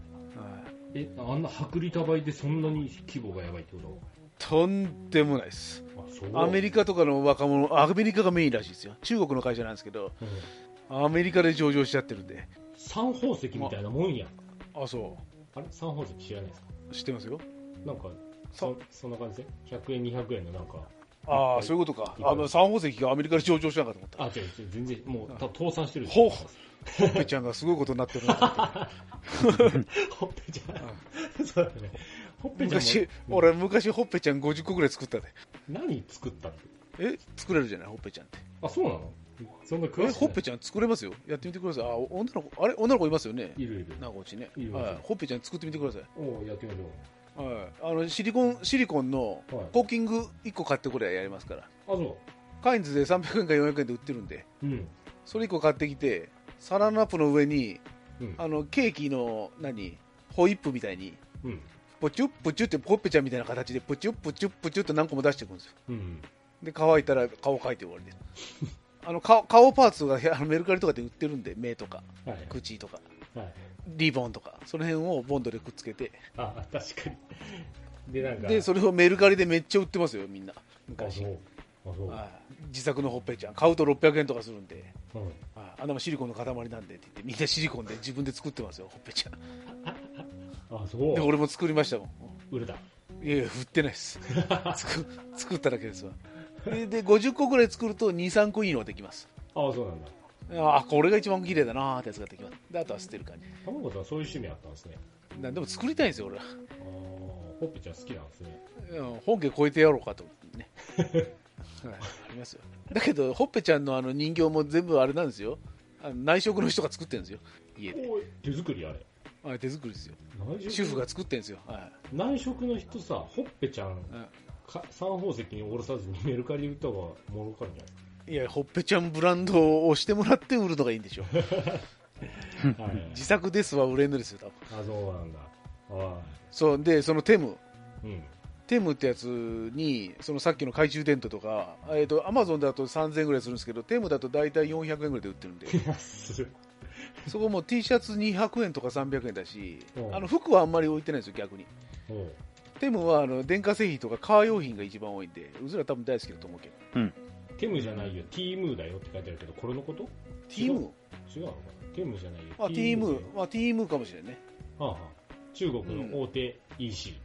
[SPEAKER 1] い。
[SPEAKER 2] え、あんな薄利多売でそんなに規模がやばいってこと
[SPEAKER 1] とんでもないです。
[SPEAKER 2] あ、そう。
[SPEAKER 1] アメリカとかの若者、アメリカがメインらしいですよ。中国の会社なんですけど、
[SPEAKER 2] うん
[SPEAKER 1] アメリカで上場しちゃってるんで。
[SPEAKER 2] 三宝石みたいなもんや。
[SPEAKER 1] あ、そ
[SPEAKER 2] あれ三宝石知らないですか
[SPEAKER 1] う。知ってますよ。
[SPEAKER 2] なんか、
[SPEAKER 1] そう
[SPEAKER 2] そ、そんな感じで ?100 円、200円のなんか、
[SPEAKER 1] あ
[SPEAKER 2] は
[SPEAKER 1] あ、
[SPEAKER 2] い
[SPEAKER 1] そういうことか。
[SPEAKER 2] はい
[SPEAKER 1] あの、三宝石がアメリカで上場しなかったと思った。
[SPEAKER 2] あ、違う違う、全然、もう、た倒産してる
[SPEAKER 1] ほうほっぺちゃんがすごいことになってる なと思って
[SPEAKER 2] ほっぺちゃん。そうだね。ほっぺちゃん
[SPEAKER 1] 昔、
[SPEAKER 2] も、
[SPEAKER 1] 俺、昔、ほっぺちゃん50個ぐらい作ったで。
[SPEAKER 2] 何作ったの
[SPEAKER 1] え、作れるじゃない、ほっぺちゃんって。
[SPEAKER 2] あ、そうなのそんな詳しくな
[SPEAKER 1] え、
[SPEAKER 2] い。
[SPEAKER 1] ほっぺちゃん作れますよ。やってみてください。あ、女の子、あれ女の子いますよね。
[SPEAKER 2] いるいる。
[SPEAKER 1] なんかうちね
[SPEAKER 2] い。る
[SPEAKER 1] はい。ほっぺちゃん作ってみてください。
[SPEAKER 2] おうやってみよ
[SPEAKER 1] はい。あの、シリコン、シリコンの
[SPEAKER 2] う。はい。あ、
[SPEAKER 1] コーキング1個買ってこれやりますから。
[SPEAKER 2] そ
[SPEAKER 1] カインズで300円か400円で売ってるんで、
[SPEAKER 2] う。うん。
[SPEAKER 1] それ1個買ってきて、サランラップの上に、
[SPEAKER 2] うん。
[SPEAKER 1] あの、ケーキの、何、ホイップみたいに、
[SPEAKER 2] うん。
[SPEAKER 1] プチュップチュってほっぺちゃんみたいな形で、プチュップチュップチュッと何個も出していくんですよ。
[SPEAKER 2] うん。
[SPEAKER 1] で、乾いたら顔描いて終わ りです。あの顔顔パーツがあのメルカリとかで売ってるんで、目とか、
[SPEAKER 2] はい。
[SPEAKER 1] 口とか、
[SPEAKER 2] はい。
[SPEAKER 1] リボンとか、その辺をボンドでくっつけて、
[SPEAKER 2] あ、確かに。で、なんか、
[SPEAKER 1] で、それをメルカリでめっちゃ売ってますよ、みんな。
[SPEAKER 2] あ、
[SPEAKER 1] 昔
[SPEAKER 2] そ。う。あ、そう。
[SPEAKER 1] はい自作のほっぺちゃん。買うと600円とかするんで、
[SPEAKER 2] うん。
[SPEAKER 1] はいあんなもんシリコンの塊なんでって言って、みんなシリコンで自分で作ってますよ、ほっぺちゃん。
[SPEAKER 2] あ、そ
[SPEAKER 1] で、
[SPEAKER 2] う。
[SPEAKER 1] 俺も作りましたもん。
[SPEAKER 2] 売れた。
[SPEAKER 1] いやいや、振ってないです。 作作っただけですわ。で、で50個ぐらい作ると2、3個いいのができます。
[SPEAKER 2] あ、そうなんだ。
[SPEAKER 1] あ、これが一番綺麗だなーってやつができます。で、あとは捨てる感じ。
[SPEAKER 2] 玉子さんそういう趣味あったんですね。
[SPEAKER 1] なんでも作りたいんですよ、俺は。
[SPEAKER 2] ああ、ほっぺちゃん好きなんですね。
[SPEAKER 1] うん本家超えてやろうかと思ってね。 はい、ありますよ。だけど、ほっぺちゃんのあの人形も全部あれなんですよ。あの内職の人が作ってるんですよ。家で。
[SPEAKER 2] おい、手作りあれ。
[SPEAKER 1] あ手作りですよ。
[SPEAKER 2] 内職
[SPEAKER 1] 主婦が作ってるんですよ。は
[SPEAKER 2] 内職の人さ、ほっぺちゃん
[SPEAKER 1] い、うん
[SPEAKER 2] か三宝石におろさずにメルカリ売った方がもろかるんじ
[SPEAKER 1] いや、ほっぺちゃんブランドを押してもらって売るのがいいんでしょう。
[SPEAKER 2] ゃ ないはい。
[SPEAKER 1] 自作ですは売れんのですよ、多分。
[SPEAKER 2] あ、そうなんだ。は
[SPEAKER 1] そう、で、そのテム。
[SPEAKER 2] い。うん。
[SPEAKER 1] テムってやつに、そのさっきの懐中電灯とか、えっ、と、アマゾンだと3000円ぐらいするんですけど、テムだと大体400円ぐらいで売ってるん で。
[SPEAKER 2] 安っ
[SPEAKER 1] そこも T シャツ200円とか300円だし
[SPEAKER 2] う、ん
[SPEAKER 1] あの服はあんまり置いてないんですよ、逆に。
[SPEAKER 2] おう
[SPEAKER 1] テムはあの電化製品とかカー用品が一番多いんで、うずら多分大好きだと思うけど。
[SPEAKER 2] テムじゃないよ、ティームーだよって書いてあるけど、これのこと
[SPEAKER 1] ティーム
[SPEAKER 2] 違うのかなテムじゃないよ。
[SPEAKER 1] あ、ティーム
[SPEAKER 2] だよ。
[SPEAKER 1] まあ、ティームかもしれないね。
[SPEAKER 2] はあはあ中国の大手 EC。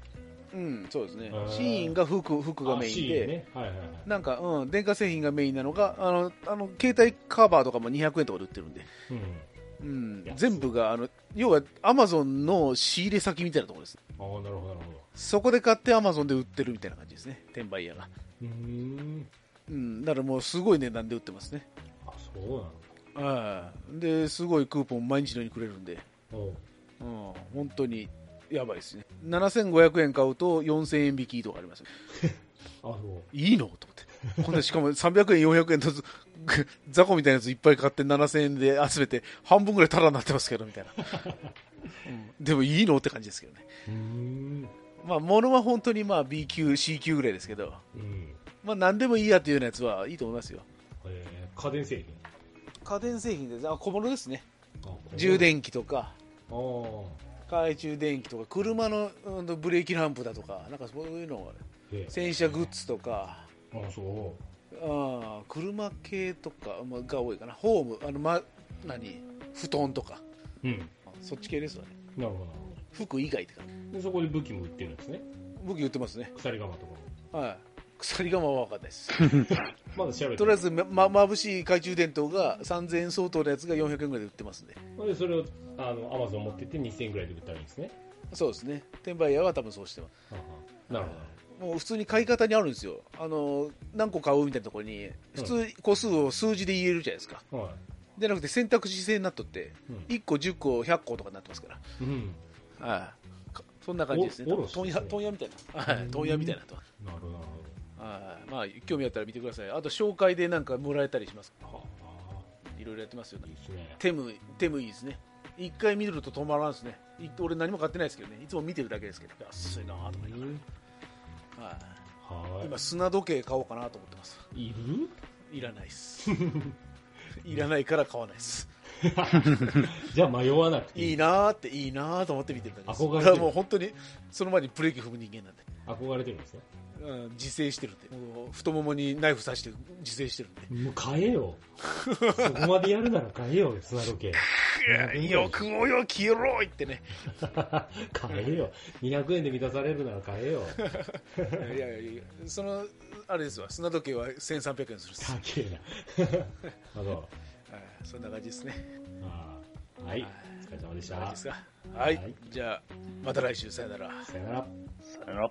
[SPEAKER 1] うん、そうですね
[SPEAKER 2] へ。ー
[SPEAKER 1] シーンが服、服が
[SPEAKER 2] あ
[SPEAKER 1] メイン
[SPEAKER 2] C
[SPEAKER 1] で、
[SPEAKER 2] ね。はいはいはい。
[SPEAKER 1] なんか、うん、電化製品がメインなのが、あの、あの携帯カバーとかも200円とかで売ってるんで、
[SPEAKER 2] うん。
[SPEAKER 1] うん
[SPEAKER 2] いや、
[SPEAKER 1] 全部が、あの、要はアマゾンの仕入れ先みたいなところです。
[SPEAKER 2] ああ、なるほど、なるほど。
[SPEAKER 1] そこで買ってアマゾンで売ってるみたいな感じですね、転売屋が。
[SPEAKER 2] うーん。
[SPEAKER 1] うん、だからもうすごい値段で売ってますね。
[SPEAKER 2] あ、そうなの
[SPEAKER 1] はいで、すごいクーポン毎日のようにくれるんで、
[SPEAKER 2] おう
[SPEAKER 1] うん、本当にやばいですね。7500円買うと4000円引きとかありますよ
[SPEAKER 2] あ、そう。
[SPEAKER 1] いいのと思って。こんなしかも300円、400円と ず雑魚みたいなやついっぱい買って7000円で集めて半分ぐらいタダになってますけど、みたいな。うんでもいいのって感じですけどね。
[SPEAKER 2] うーん。
[SPEAKER 1] まあ、物は本当にまあ B 級、C 級ぐらいですけど、
[SPEAKER 2] うん。
[SPEAKER 1] まあ何でもいいやっていうようなやつはいいと思いますよ。
[SPEAKER 2] えー、家電製品。
[SPEAKER 1] 家電製品です。あ、小物ですね。
[SPEAKER 2] あこれ
[SPEAKER 1] 充電器とか。
[SPEAKER 2] ああ。
[SPEAKER 1] 懐中電気とか車の、うん、とブレーキランプだとかなんかそういうのが
[SPEAKER 2] えー
[SPEAKER 1] 洗車グッズとか
[SPEAKER 2] あ、そう。
[SPEAKER 1] あー車系とかまあが多いかなホームあの、ま、何布団とか
[SPEAKER 2] うん。
[SPEAKER 1] そっち系ですわね
[SPEAKER 2] なるほど、なる
[SPEAKER 1] 服以外ってか
[SPEAKER 2] ほど。で、そこで武器も売ってるんですね。
[SPEAKER 1] 僕言ってますね
[SPEAKER 2] 鎖鎌とか
[SPEAKER 1] は鎖がまは分かんないです。
[SPEAKER 2] まだ調べて
[SPEAKER 1] とりあ
[SPEAKER 2] ない
[SPEAKER 1] えず、ま、まぶしい懐中電灯が3000円相当のやつが400円ぐらいで売ってますんで。
[SPEAKER 2] それでそれをあのアマゾン持ってって2000円ぐらいで売ったらいいんですね。
[SPEAKER 1] そうですね。転売屋は多分そうしてます。
[SPEAKER 2] はあなるほ
[SPEAKER 1] もう普通に買い方にあるんですよ。あの、何個買うみたいなところに、普通、個数を数字で言えるじゃないですか。
[SPEAKER 2] ど。はい。
[SPEAKER 1] じゃなくて選択肢制になっとって、
[SPEAKER 2] うん
[SPEAKER 1] 1個、10個、100個とかになってますから。
[SPEAKER 2] うん。
[SPEAKER 1] はい、かそんな感じですね。
[SPEAKER 2] おおろし
[SPEAKER 1] 問
[SPEAKER 2] です
[SPEAKER 1] 屋
[SPEAKER 2] ね
[SPEAKER 1] 問屋みたいな。はい問屋みたいなと。
[SPEAKER 2] なるほど、なるほど。
[SPEAKER 1] はいまあ、興味あったら見てください。あと、紹介でなんかもらえたりします。
[SPEAKER 2] はあ
[SPEAKER 1] いろいろやってますよ、
[SPEAKER 2] いい
[SPEAKER 1] ね。
[SPEAKER 2] ですね。
[SPEAKER 1] テム、テムいいですね。一回見ると止まらんですね。い俺何も買ってないですけどね。いつも見てるだけですけど。安いなぁと思いながらは
[SPEAKER 2] はいい。
[SPEAKER 1] 今、砂時計買おうかなと思ってます。
[SPEAKER 2] いる
[SPEAKER 1] いらないです。いらないから買わないです。
[SPEAKER 2] じゃあ迷わなくていい
[SPEAKER 1] いいなーって、いいなーと思って見てるだけです。
[SPEAKER 2] 憧れてる
[SPEAKER 1] だからもう本当に、その前にブレーキ踏む人間なんで。
[SPEAKER 2] 憧れてるんですね。
[SPEAKER 1] うん自制してるって。もう太ももにナイフ刺して自制してるんで。
[SPEAKER 2] もう買えよ。そこまでやるなら買えよ、砂時計。
[SPEAKER 1] 欲をよ、消えろいってね。
[SPEAKER 2] 買えよ。200円で満たされるなら買えよ。
[SPEAKER 1] いやいやいや、その、あれですわ、砂時計は1300円するっす。
[SPEAKER 2] 高
[SPEAKER 1] はい
[SPEAKER 2] え な。あの
[SPEAKER 1] そんな感じですね。
[SPEAKER 2] あーはい。お疲れ様でし
[SPEAKER 1] いい
[SPEAKER 2] た
[SPEAKER 1] で。すか。はい
[SPEAKER 2] はい。
[SPEAKER 1] じゃあ、また来週、さよなら。
[SPEAKER 2] さよなら。
[SPEAKER 3] さよなら。